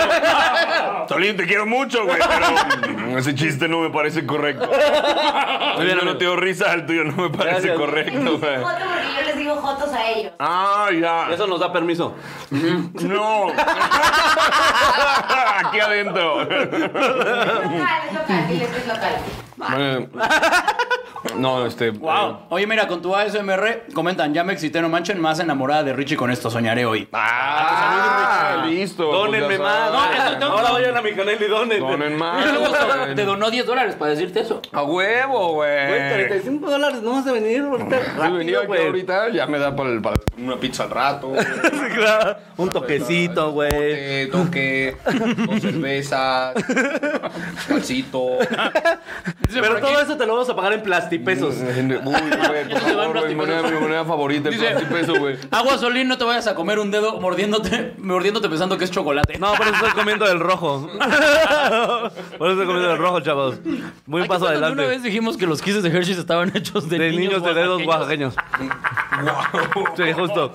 Solín, te quiero mucho, güey, pero mm, ese chiste no me parece correcto. El mío no te dio risa, el tuyo no me parece Gracias. correcto, güey. Joto porque yo les digo jotos a ellos. Ah, ya. Eso nos da permiso. No. Aquí adentro. Es local, es local, diles que es local. Eh, No, este. eh, Wow. Oye, mira, con tu ASMR comentan, ya me excité, no manchen, más enamorada de Richie con esto, soñaré hoy. Ah, listo. Dónenme pues ya más. sabes. Ahora vayan a mi canal y donen. Donen eh. más. güey. Te donó 10 dólares para decirte eso. A huevo, Güey, 35 dólares, no vas a venir ahorita. Si rápido, venía pues. aquí güey. ahorita, ya me da para, el- para una pizza al rato. Sí, claro. Un toquecito, güey. Eh, toque, dos cervezas, calcito. Dice por Pero aquí- todo eso te lo vamos a pagar en plastipesos. eh, Uy, güey, por se va en favor, güey, mi moneda, mi moneda favorita, el Dice- plastipeso, güey. Agua Solín, no te vayas a comer un dedo mordiéndote, mordiéndote pensando que es chocolate. No, por eso estoy comiendo del rojo. Por eso estoy comiendo del rojo, chavos. Muy un Aquí paso fue donde adelante. Una vez dijimos que los quises de Hershey estaban hechos de, De niños de dedos oaxaqueños. Sí, justo.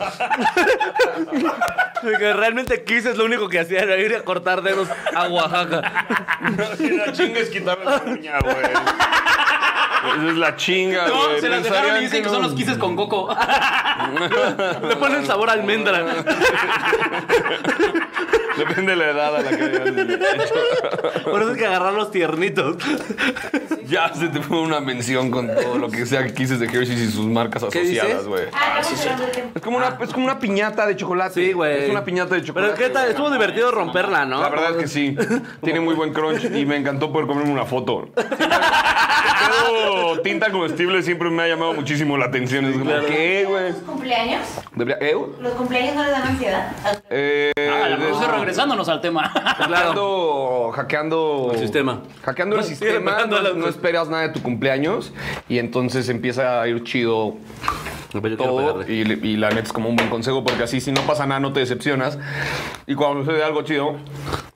Porque realmente quise es lo único que hacía era ir a cortar dedos a Oaxaca. La chinga es quitarme la uña, güey. Esa es la chinga, güey. No, se las Pensarían dejaron y dicen que son los quises con coco. Le ponen sabor a almendra. Depende de la edad a la que hayas hecho. Por eso hay que agarrar los tiernitos. Ya se te fue una mención con todo lo que sea que quises de Hershey's y sus marcas ¿Qué dices? asociadas, güey. Ah, ya hemos hablado de tiempo. Es como, una, es como una piñata de chocolate. Sí, güey. Es una piñata de chocolate. Pero qué tal, estuvo divertido romperla, ¿no? La verdad es que sí. Tiene muy buen crunch y me encantó poder comerme una foto. Pero tinta comestible siempre me ha llamado muchísimo la atención. Es como, ¿qué, güey? ¿Los cumpleaños? Debería- ¿Eh? ¿Los cumpleaños no les dan ansiedad? Eh, Ah, A la mejor de- regresándonos al tema. Hackeando, hackeando El sistema. Hackeando el No, sí, sistema, hackeando no, la- no esperas nada de tu cumpleaños y entonces empieza a ir chido Pues todo y, le- y la neta es como un buen consejo porque así si no pasa nada no te decepcionas y cuando sucede algo chido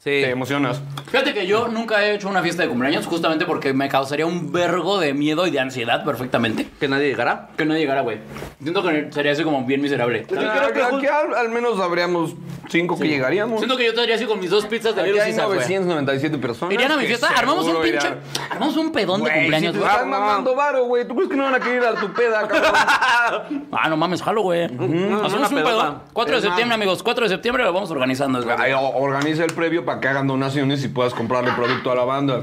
Eh, te emocionas. Fíjate que yo nunca he hecho una fiesta de cumpleaños justamente porque me causaría un vergo de miedo y de ansiedad perfectamente. Que nadie llegará. Que no llegara, güey. Siento que sería así como bien miserable. Yo Ah, creo que aquí ju- al, al menos habríamos cinco que llegaríamos. Siento que yo estaría así con mis dos pizzas de Aquí virus hay y salsa, güey. 997 personas. ¿Irían a mi que fiesta? Armamos un seguro pinche. Ah, irán. Armamos un pedón de Güey, cumpleaños, si te güey. estás mamando varo, güey. ¿Tú crees que no van a querer ir a tu peda, cabrón? Ah, no mames, jalo, güey. Hacemos un una pedota. pedón. 4 de septiembre, amigos. 4 de septiembre lo vamos organizando. es verdad. Ay, o- Organiza el previo para que hagan donaciones y puedas comprarle producto a la banda.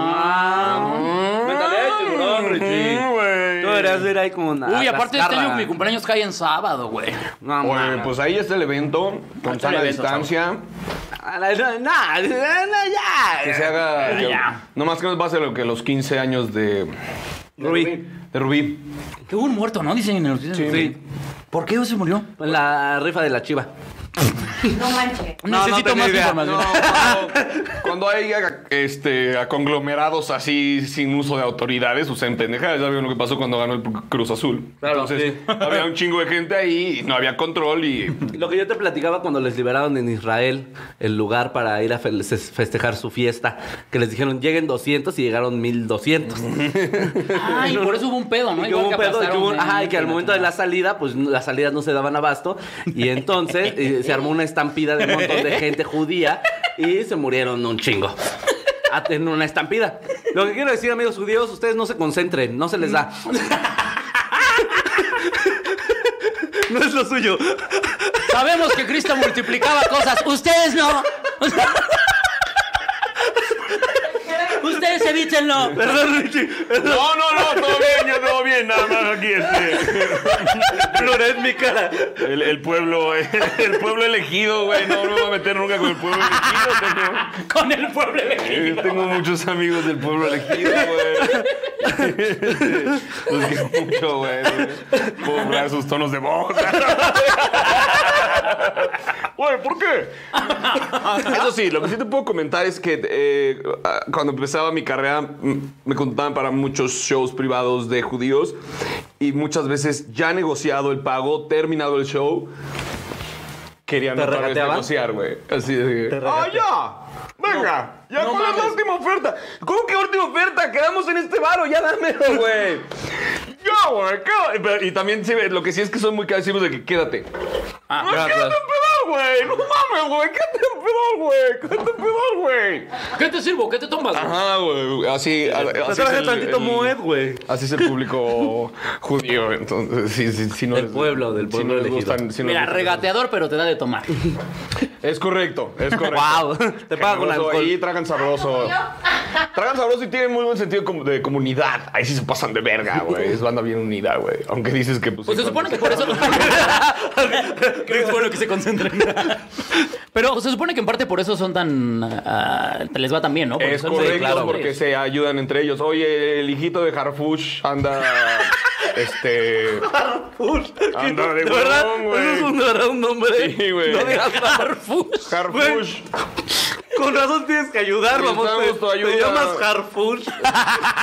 Ah. Mentalidad de tiburón, Richie. Mm, güey. Tú deberías ir ahí como una. Uy, aparte este rascarla. año mi cumpleaños cae en sábado, güey. No, Oye, mames. pues ahí está el evento, Ahí con está el sana evento, distancia, Ah, No, no, no, no, ya. que se haga... que- ya. no más que nos va a ser lo que los 15 años de, Rubí. de Rubí. Que hubo un muerto, ¿no? Dicen en el hospital. Sí. ¿Por qué se murió? La rifa de la chiva. No manches. No, Necesito no tenía más idea. información. cuando, cuando hay este, a conglomerados así sin uso de autoridades, o sea, en pendejadas, ya vieron lo que pasó cuando ganó el Cruz Azul. Claro, Entonces, sí. había un chingo de gente ahí y no había control y... Lo que yo te platicaba cuando les liberaron en Israel el lugar para ir a fe- ses- festejar su fiesta, que les dijeron lleguen 200 y llegaron 1200. Ah, y por eso hubo un pedo, ¿no? Y que hubo un pedo, y que aplastaron hubo un- el- ajá, y que al momento de la salida, pues no- las salidas no se daban abasto. Y entonces eh, se armó una estampida de un montón de gente judía y se murieron un chingo. A- En una estampida. Lo que quiero decir, amigos judíos, ustedes no se concentren, no se les da. No es lo suyo. Sabemos que Cristo multiplicaba cosas. Ustedes no. Ustedes evítenlo. Perdón, Richie. No, no, no, todo bien, yo todo bien, nada más aquí este... Florez mi cara. El, el pueblo, eh, el pueblo elegido, güey. No, no me voy a meter nunca con el pueblo elegido. Con el pueblo Tengo, elegido. eh, tengo muchos amigos del pueblo elegido, güey. Los quiero mucho, güey. Puedo hablar sus tonos de voz. Güey, ¿por qué? Eso sí, lo que sí te puedo comentar es que eh, cuando empezaba mi carrera mm, me contaban para muchos shows privados de judíos y muchas veces ya negociado el pago, terminado el show, querían ¿Te otra vez regateaban? negociar, güey. Así de... ¡Ah, ya! ¡Venga! ¿Ya no cuál es la mames. última oferta? ¿Cómo que última oferta? Quedamos en este baro, ya dámelo, güey. Ya, güey, quédate. Pero- Y también sí, lo que sí es que son muy cabecitos de que quédate. Ah, no, quédate en pedal, güey. No mames, güey. Quédate en pedal, güey. Quédate en pedal, güey. ¿Qué te sirvo? ¿Qué te tomas? Ajá, güey. Así, a- así Me es traje el- tantito el- Moed, güey. Así es el público judío, entonces, si, si, si no Del les- pueblo, del si pueblo no les elegido. gustan- si no Mira, les gustan- regateador, pero te da de tomar. Es correcto, es correcto. Wow, te pago con Generoso, alcohol. Ahí tragan sabroso. Tragan sabroso y tienen muy buen sentido como- de comunidad. Ahí sí se pasan de verga, güey. Es banda bien unida, güey. Aunque dices que pues. Pues se sí, supone que cuando- por eso. es bueno que se concentren. Pero se supone que en parte por eso son tan. ah, te les va tan bien, ¿no? Porque Es son- correcto, Sí, claro, porque güey. se ayudan entre ellos. Oye, el hijito de Harfush anda. este. Anda de De verdad, huevón, eso es un, güey. de verdad un nombre. Sí, güey. No digas Harfush. Harfush. Con razón tienes que ayudar, vamos. Te, Necesitamos tu ayuda. te llamas Harfush.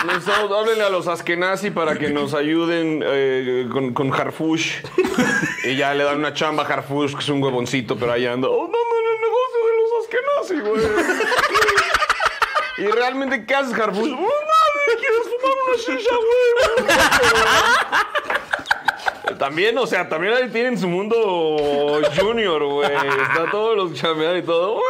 Necesitamos- háblenle a los Askenazi para que nos ayuden eh, con, con Harfush. y ya le dan una chamba a Harfush, que es un huevoncito, pero ahí anda. Oh, no, no, en el negocio de los Askenazi, güey. y realmente, ¿qué haces, Harfush? Oh, madre, ¿quieres fumar una shisha, güey? También, o sea, también ahí tienen su mundo junior, güey. Está todos los chambeados y todo. Oye,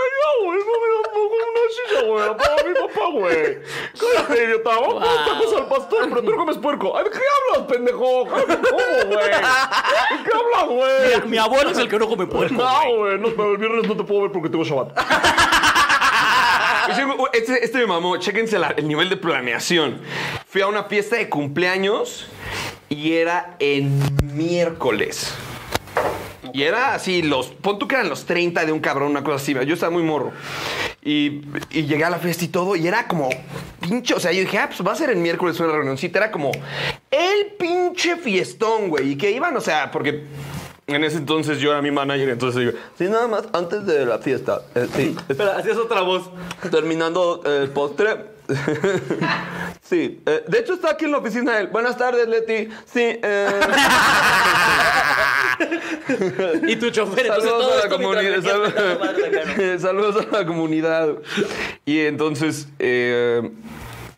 güey, no me da poco una chicha, güey. Apaga mi papá, güey. Cállate, idiota. Vamos a poner tacos al pastor, pero tú no comes puerco. Ay, ¿de qué hablas, pendejo? Cállate, ¿Cómo, güey? ¿De qué hablas, Mira, güey? mi abuelo es el que no come puerco. No, güey, no, pero el viernes no te puedo ver porque tengo Shabbat. Y sí, güey, Este, este me mamó, chéquense la- el nivel de planeación. Fui a una fiesta de cumpleaños y era en miércoles. Y era así, los. Pon tú que eran los 30 de un cabrón, una cosa así. Yo estaba muy morro. Y, y llegué a la fiesta y todo, y era como pinche. O sea, yo dije, ah, pues va a ser el miércoles una reunioncita. Era como el pinche fiestón, güey. Y que iban, o sea, porque. En ese entonces yo era mi manager, entonces digo, sí, nada más antes de la fiesta. eh, sí, Espera, hacías otra voz. Terminando eh, el postre. sí. eh, de hecho, está aquí en la oficina él. Buenas tardes, Leti. Sí. eh, Y tu chofer, entonces saludos todo a la esto mientras me comunidad. quedas sal- mentando madre, claro. eh, saludos a la comunidad. Y entonces. eh,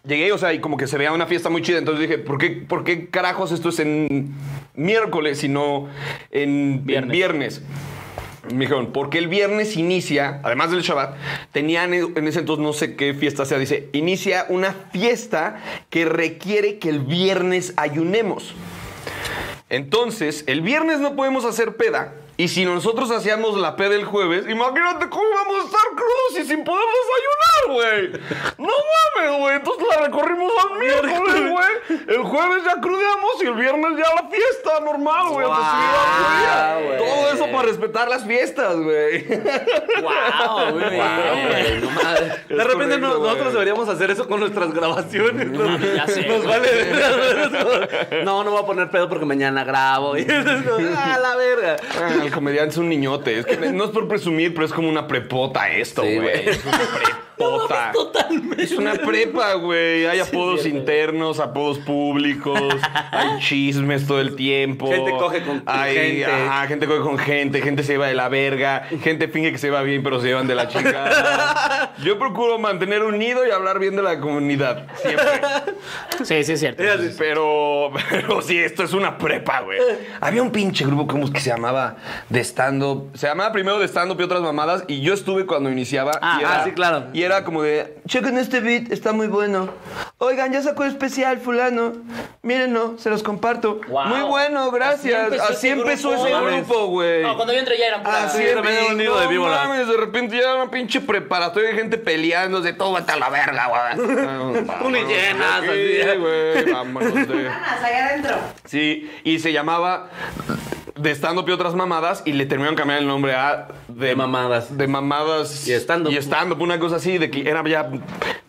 Llegué, o sea, y como que se veía una fiesta muy chida, entonces dije, ¿por qué, por qué carajos esto es en miércoles y no en Viernes. en viernes? Me dijeron, porque el viernes inicia, además del Shabbat, tenían en ese entonces no sé qué fiesta sea, dice, inicia una fiesta que requiere que el viernes ayunemos. Entonces, el viernes no podemos hacer peda. Y si nosotros hacíamos la peda el jueves, imagínate cómo íbamos a estar crudos y sin poder desayunar, güey. No mames, güey. Entonces la recorrimos al miércoles, güey. El jueves ya crudeamos y el viernes ya la fiesta normal, güey. antes de ir a la Guau, feria. güey. Todo eso para respetar las fiestas, güey. Guau, muy bien. De repente no- correcto, nosotros güey. deberíamos hacer eso con nuestras grabaciones. Nos, Ah, ya sé, nos güey. vale verga. No, no voy a poner pedo porque mañana grabo. Y es como, ah, la verga. Ah, El comediante es un niñote. Es que no es por presumir, pero es como una prepota esto, Sí, güey. güey. Es una prepota. Totalmente. Es una prepa, güey. Hay apodos internos, apodos públicos, hay chismes todo el tiempo. Gente coge con Hay- gente. Ajá, gente coge con gente, gente se lleva de la verga, gente finge que se va bien, pero se llevan de la chica. Yo procuro mantener unido y hablar bien de la comunidad. Siempre. Sí, sí, es Eh, cierto. Pero, pero sí, esto es una prepa, güey. Había un pinche grupo como que se llamaba de stand-up. Se llamaba primero de stand-up y otras mamadas. Y yo estuve cuando iniciaba. Ah, y era- ah, sí, claro. Y era como de, chequen este beat, está muy bueno. Oigan, ya sacó especial fulano. Mírenlo, se los comparto. Wow. Muy bueno, gracias. Así empezó, No ese mames. grupo, güey. No, cuando yo entré ya eran puras- Así Ah, sí, también era un nido de no víboras. mames, de repente ya era una pinche preparatoria de gente peleando, de todo hasta la verga, güey. Tú ni llenas, Sí, así. ¿eh? güey, vámonos de- Ganas, allá adentro. Sí, y se llamaba de stand-up y otras mamadas y le terminaron cambiando el nombre a de, De mamadas. De mamadas Y stand-up. Y stand-up, una cosa así, de que era ya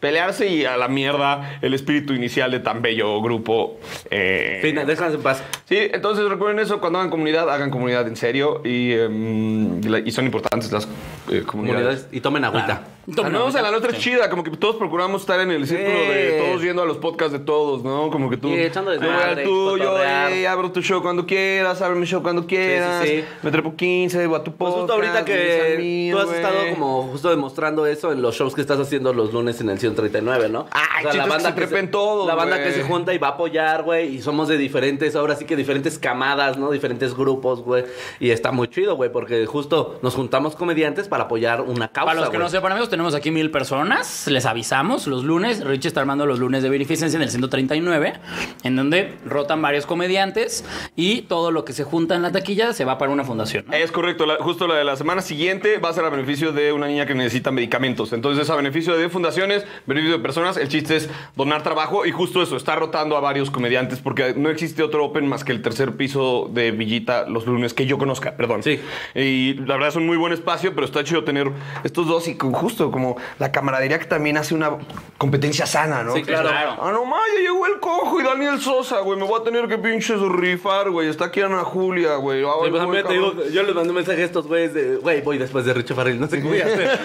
pelearse y a la mierda el espíritu inicial de tan bello grupo. eh, Fina, déjanos en paz. Sí, entonces recuerden eso, cuando hagan comunidad, hagan comunidad en serio y, em, la- y son importantes las eh, comunidades. Comunidades, Y tomen agüita. Tomen Andamos en la agüita. nuestra chida, como que todos procuramos estar en el círculo de todos yendo a los podcasts de todos, ¿no? Como que tú. "Ah, Sí, echando yo voy desmadre, al tuyo, cotorrear. ey, abro tu show cuando quieras, abre mi show cuando quieras. sí. Me trepo 15, voy a tu Pues podcast. justo ahorita vienes que al mío, tú has güey. estado como justo demostrando eso en los shows que estás haciendo los lunes en el 139, ¿no? Ay, chicos, que se trepen todos, La banda güey. que se junta y va a apoyar, güey, y somos de diferentes, ahora sí que diferentes camadas, ¿no? Diferentes grupos, güey, y está muy chido, güey, porque justo nos juntamos comediantes para apoyar una causa, Para los que güey. no sepan, amigos, tenemos aquí mil personas. Les avisamos los lunes. Rich está armando los lunes de beneficencia en el 139, en donde rotan varios comediantes y todo lo que se junta en la taquilla se va para una fundación. ¿no? Ah, Es correcto, la- justo la de la semana siguiente va a ser a beneficio de una niña que necesita medicamentos. Entonces, a beneficio de fundaciones, beneficio de personas, el chiste es donar trabajo y justo eso, está rotando a varios comediantes porque no existe otro open más que el tercer piso de Villita los lunes que yo conozca, perdón. Sí. Y la verdad es un muy buen espacio, pero está chido tener estos dos y con- justo como la camaradería que también hace una competencia sana, ¿no? Sí, claro. Ah, no más, ya llegó el cojo y Daniel Sosa, güey. Me voy a tener que pinches rifar, güey. Está aquí Ana Julia, güey. Ah, Sí, pues, voy, a mí te cabrón. digo, yo les mandé un mensaje a estos güeyes de, güey, voy después de Richo Farrell, no sé qué voy a hacer.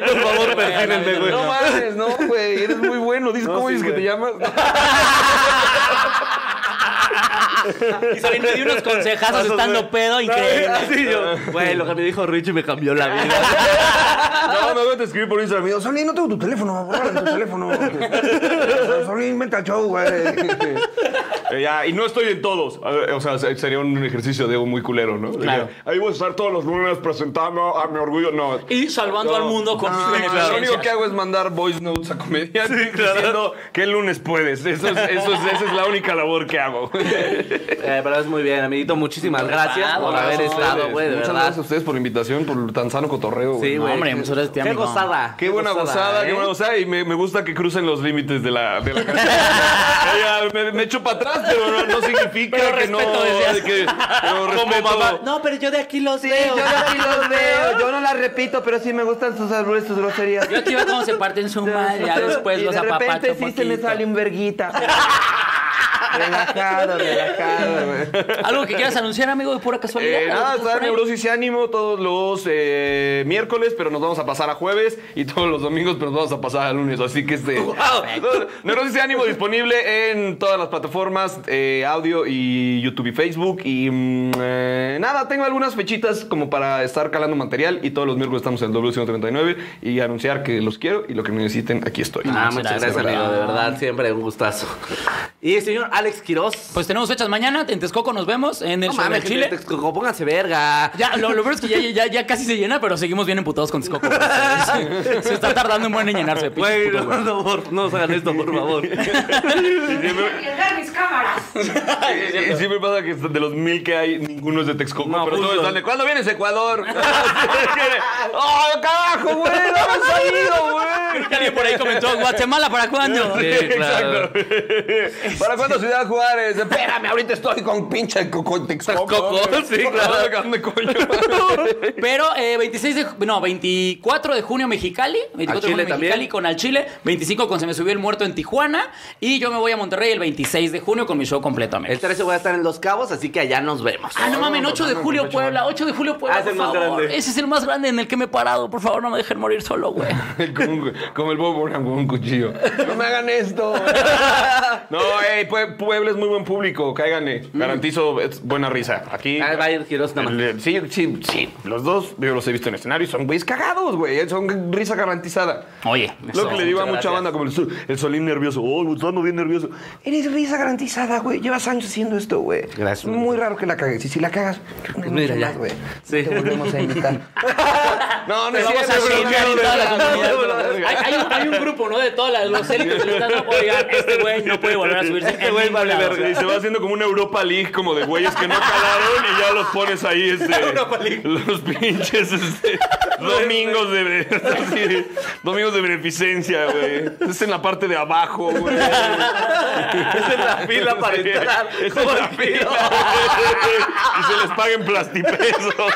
Por favor, persínenme, güey. No mames, no, güey. Eres muy bueno. Dices, No, ¿Cómo sí, dices que te güey. llamas? Y se me dio unos consejazos Pasos, estando güey. pedo No, increíble. Así yo, güey, lo que me dijo Richie me cambió la vida. No, me voy a escribir por Instagram. Amigo, Solín, no tengo tu teléfono, borra tu teléfono. Solín, vente al show, güey. Eh, ya, y no estoy en todos. A ver, O sea, se- sería un ejercicio de ego muy culero, ¿no? Claro. De que, Ahí voy a estar todos los lunes presentando a mi orgullo. No. Y salvando al mundo con sus Sí, claro. Lo único beneficencias. que hago es mandar voice notes a comediantes diciendo que el lunes puedes. Eso es, eso es- esa es la única labor que hago. Eh, pero es muy bien, amiguito. Muchísimas gracias por Vamos, haber estado, güey, de Muchas verdad. gracias a ustedes por la invitación, por tan sano cotorreo. Sí, güey. güey. hombre, pues ahora sí te Qué amigo. gozada. Qué buena gozada, ¿eh? qué buena gozada. Y me, me gusta que crucen los límites de la, de la canción. Ella me, me echo para atrás, pero no, no significa Pero que no. respeto, decías. que- pero respeto. No, pero yo de aquí los Yo veo. aquí los veo, yo no la repito, pero sí me gustan sus árboles, sus groserías. Yo aquí veo cómo se parten su madre. Ya después y los de repente apapacho sí se me poquito. sale un verguita. relajado, relajado, güey. ¿Algo que quieras anunciar, amigo, de pura casualidad? Eh, nada, ¿Algo que está quieras poner? Neurosis y Ánimo todos los eh, miércoles, pero nos vamos a pasar a jueves y todos los domingos, pero nos vamos a pasar a lunes. Así que este. Neurosis y Ánimo disponible en todas las plataformas, eh, audio y YouTube y Facebook. Y mm, eh, nada, tengo algunas fechitas como para estar calando material y todos los miércoles estamos en el W139 y anunciar que los quiero y lo que necesiten, aquí estoy. Ah, muchas gracias, amigo. De verdad, siempre un gustazo. Y el señor Alex Quiroz. Pues tenemos fechas mañana. En Texcoco nos vemos. En el no show de mames, Chile. gente, Texcoco, pónganse verga. Ya, lo, lo peor es que ya, ya, ya casi se llena, pero seguimos bien emputados con Texcoco. güey. Se, se está tardando un buen en llenarse. pinches Güey, putos, no, güey. no, por- no nos hagan esto, por favor. Arriesgar mis cámaras. Y siempre pasa que de los mil que hay, ninguno es de Texcoco. No, pero todos justo. están de ¿cuándo vienes Ecuador? ¡Oh, carajo, güey! ¡No me has salido, güey! Alguien por ahí comentó, Guatemala, ¿para cuándo? Exacto. ¿Para cuándo Ciudad Juárez? Espérame, ahorita estoy con pinche coco Texcoco. Sí, claro. ¿Dónde coño? Pero eh, 26 de, ju- no, 24 de junio Mexicali, 24 de Chile junio Mexicali también. con Al Chile, 25 con Se me subió el muerto en Tijuana y yo me voy a Monterrey el 26 de junio con mi show completo. amigos. El 13 voy a estar en Los Cabos, así que allá nos vemos. Ah, no mames, 8 de julio Puebla, 8 de julio Puebla, Ah, es el por más favor. grande. Ese es el más grande en el que me he parado, por favor, no me dejen morir solo, güey. como, un- como el Bob Burnham con un cuchillo. No me hagan esto. No, ey, Pue- Puebla es muy buen público, cáiganle. Garantizo es buena risa. Aquí. Mm. Ah, va a ir Quiroz nada más. el- Sí, sí, sí. Los dos, yo los he visto en escenario y son güeyes cagados, güey. eh, Son risa garantizada. Oye, Lo eso. que le digo a mucha muchas gracias. banda, como el, sol- el solín nervioso. Oh, estando bien nervioso. Eres risa garantizada, güey. Llevas años haciendo esto, güey. Gracias. Muy raro que la cagues. Y si la cagas, no Pues mira, mucho ya. más, güey. Sí. Te volvemos a invitar. No, no Te es vamos cierto, a pero chingar no, en toda la comunidad. no, Hay, hay un, hay un grupo, ¿no? De todas las los élites que le están oigan, este güey no puede volver a subirse. Este en güey ningún vale lado, verga. Y se va haciendo como una Europa League, como de güeyes que no calaron y ya los pones ahí, este. Los pinches, este, Domingos de. así, domingos de beneficencia, güey. Es en la parte de abajo, güey. Es en la fila para Sí, entrar. es en como la el fila, pino. güey. Y se les paga en plastipesos.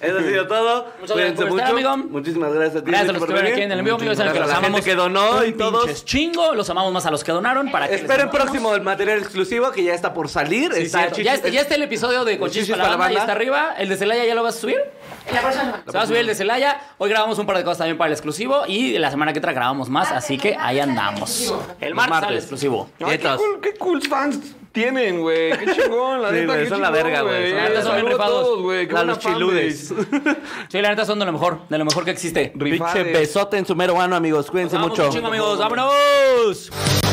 Eso ha sido todo. Muchas gracias Cuídense por estar, mucho. amigo. Muchísimas gracias a ti. Gracias a los Luis, que por estuvieron venir. aquí en el envío, amigos. Saben que Gracias los a la amamos. gente que donó y un todos. pinches chingo. Los amamos más a los que donaron. Para que les Esperen pues, mandemos. próximo el material exclusivo que ya está por salir. Sí, está cierto. ya, Chichis- está, ya este. está el episodio de Cochis Chichis para la para la banda. Ya está banda. arriba. El de Celaya ya lo vas a subir. En la próxima semana. Se va a subir el de Celaya. Hoy grabamos un par de cosas también para el exclusivo. Y la semana que entra grabamos más. Así que ahí andamos. El martes Los martes. sale el exclusivo. Ay, qué, Nietos. cool, qué cool fans tienen, güey. Qué chingón, la Sí, neta. güey, qué son la chingón, verga, güey, son la Eh, verga. Son saludo bien a todos, rifados. güey. Qué A buena los fan chiludes. base. Sí, la neta son de lo mejor. De lo mejor que existe. Rifades. Pinche besote en su mero mano, amigos. Cuídense Vamos mucho. un chingo, amigos. ¡Vámonos!